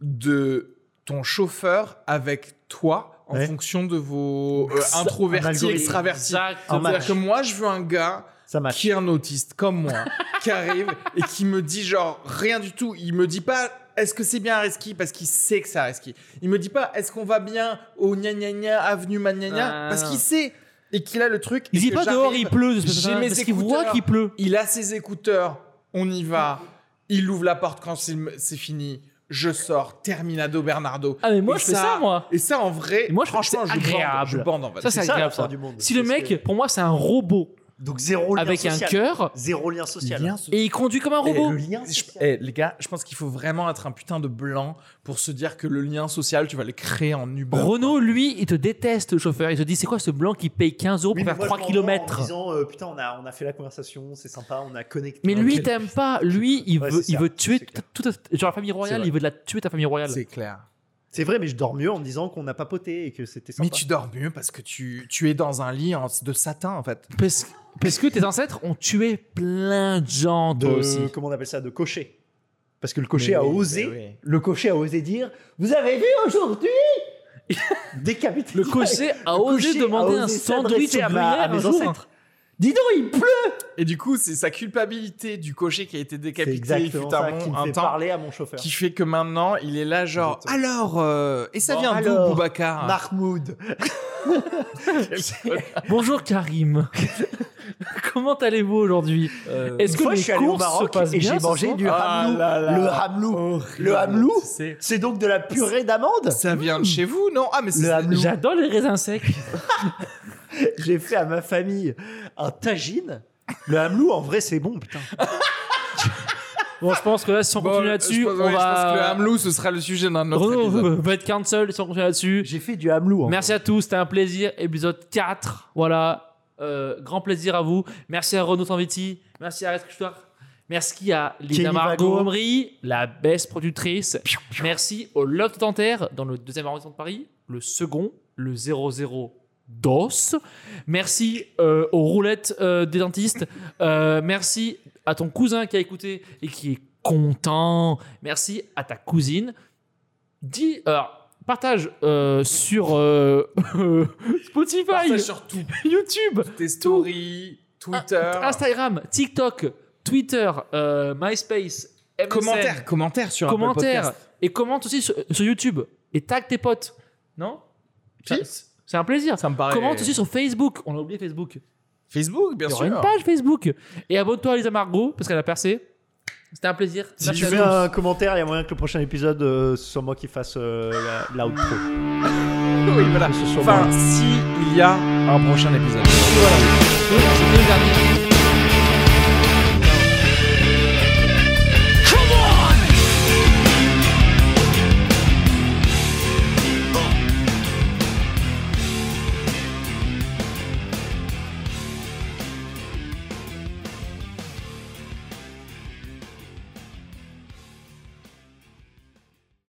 de ton chauffeur avec toi en Ouais. fonction de vos euh, Ça- un introvertis, algorithme. extravertis. Un Exactement. match. C'est-à-dire que moi je veux un gars Ça marche. qui est un autiste comme moi, qui arrive et qui me dit genre rien du tout. Il me dit pas est-ce que c'est bien à Reski parce qu'il sait que c'est à Reski. Il me dit pas est-ce qu'on va bien au gna gna gna avenue Magnagna Ah, parce non. qu'il sait et qu'il a le truc. Il et dit que pas dehors, j'arrive. il pleut. ce j'ai personnage, mes Parce qu'il voit écouteurs. qu'il pleut. Il a ses écouteurs, on y va. Il ouvre la porte quand c'est c'est fini. Je sors, Terminado Bernardo. Ah, mais moi, Et je fais ça, moi. Et ça, en vrai, Et moi, je trouve franchement, que je c'est bande, agréable. je bande en fait. Ça, c'est C'est ça la agréable, fin ça. du monde. Si le C'est ce que- mec, pour moi, c'est un robot Donc zéro lien avec un social. cœur Zéro lien social. Lien social. et il conduit comme un Et robot. le lien Je- social. eh, les gars, je pense qu'il faut vraiment être un putain de blanc pour se dire que le lien social, tu vas le créer en Bah, Uber. Renault, lui, il te déteste, le chauffeur. Il te dit, c'est quoi ce blanc qui paye 15 euros Oui, pour mais faire 3 moi, je m'en vais km En disant, euh, putain, on a, on a fait la conversation, c'est sympa, on a connecté. Mais Ouais, lui, quel- il t'aime pas. Lui, il Ouais, veut, c'est il ça, veut tuer c'est toute toute- genre la famille royale. vrai. Il veut de la tuer ta famille royale. C'est clair. C'est vrai, mais je dors mieux en me disant qu'on a papoté et que c'était sympa. Mais tu dors mieux parce que tu, tu es dans un lit en- de satin en fait. Parce, parce que tes ancêtres ont tué plein de gens, de, toi aussi. comment on appelle ça, de cocher. Parce que le cocher Mais a oui, mais osé, oui. le cocher a osé dire, vous avez vu aujourd'hui décapité Le cocher a Le osé cocher a demander osé un s'adresser sandwich au à, ma- à gruyère un mes jour. ancêtres. Dis donc, il pleut Et du coup, c'est sa culpabilité du cocher qui a été C'est décapité il fut exactement ça un, qui moment- me un fait temps, parler à mon chauffeur. qui fait que maintenant, il est là genre, Exactement. alors, euh, et ça Bon, vient d'où, alors, Boubacar Mahmoud. Bonjour Karim. Comment allez-vous aujourd'hui Euh, Est-ce que Une fois, les je suis allé au courses se Maroc passent et bien j'ai ce mangé soir du Ah hamlou. là là. Le hamlou. horrible, Le hamelou, euh, tu sais. c'est donc de la purée d'amande Ça vient de Hmm. chez vous, non Ah, mais c'est Le hamelou. J'adore les raisins secs. J'ai fait à ma famille un tagine. Le hamelou, en vrai, c'est bon, putain. Bon, je pense que là, si on Bon, continue euh, je là-dessus, pense- on ouais, je pense va. que le Hamelou, ce sera le sujet d'un autre Renaud épisode. va être cancel si on continue là-dessus. J'ai fait du hamelou. en Merci à tous, c'était un plaisir. Épisode 4, voilà. Euh, grand plaisir à vous. Merci à Renaud Tanviti. Merci à Red Couchard. Merci à Lina Kelly Vago. Montgomery, la best productrice. Merci au Loft Dentaire dans le deuxième arrondissement de Paris, le second, le 00 DOS. Merci euh, aux roulettes euh, des dentistes. Euh, merci à ton cousin qui a écouté et qui est content. Merci à ta cousine. Dis, alors, partage euh, sur euh, Spotify, Partage sur tout. Ah YouTube, Tes stories, Twitter. Ah, Instagram, TikTok, Twitter, euh, MySpace, MSN, Commentaires, commentaires sur Apple commentaires Podcast. et commente aussi sur, sur YouTube et tag tes potes. Non Si. Ça- C'est un plaisir. Ça me paraît. Commente aussi sur Facebook. On a oublié Facebook. Facebook, bien Il y sûr. aura une page Facebook. Et abonne-toi à Lisa Margot parce qu'elle a percé. C'était un plaisir. Si Merci tu à mets tous. un commentaire, il y a moyen que le prochain épisode, euh, ce soit moi qui fasse euh, la- l'outro. Oui, voilà. Que ce soit moi. Enfin, s'il y a un prochain épisode. Voilà. Merci, les amis.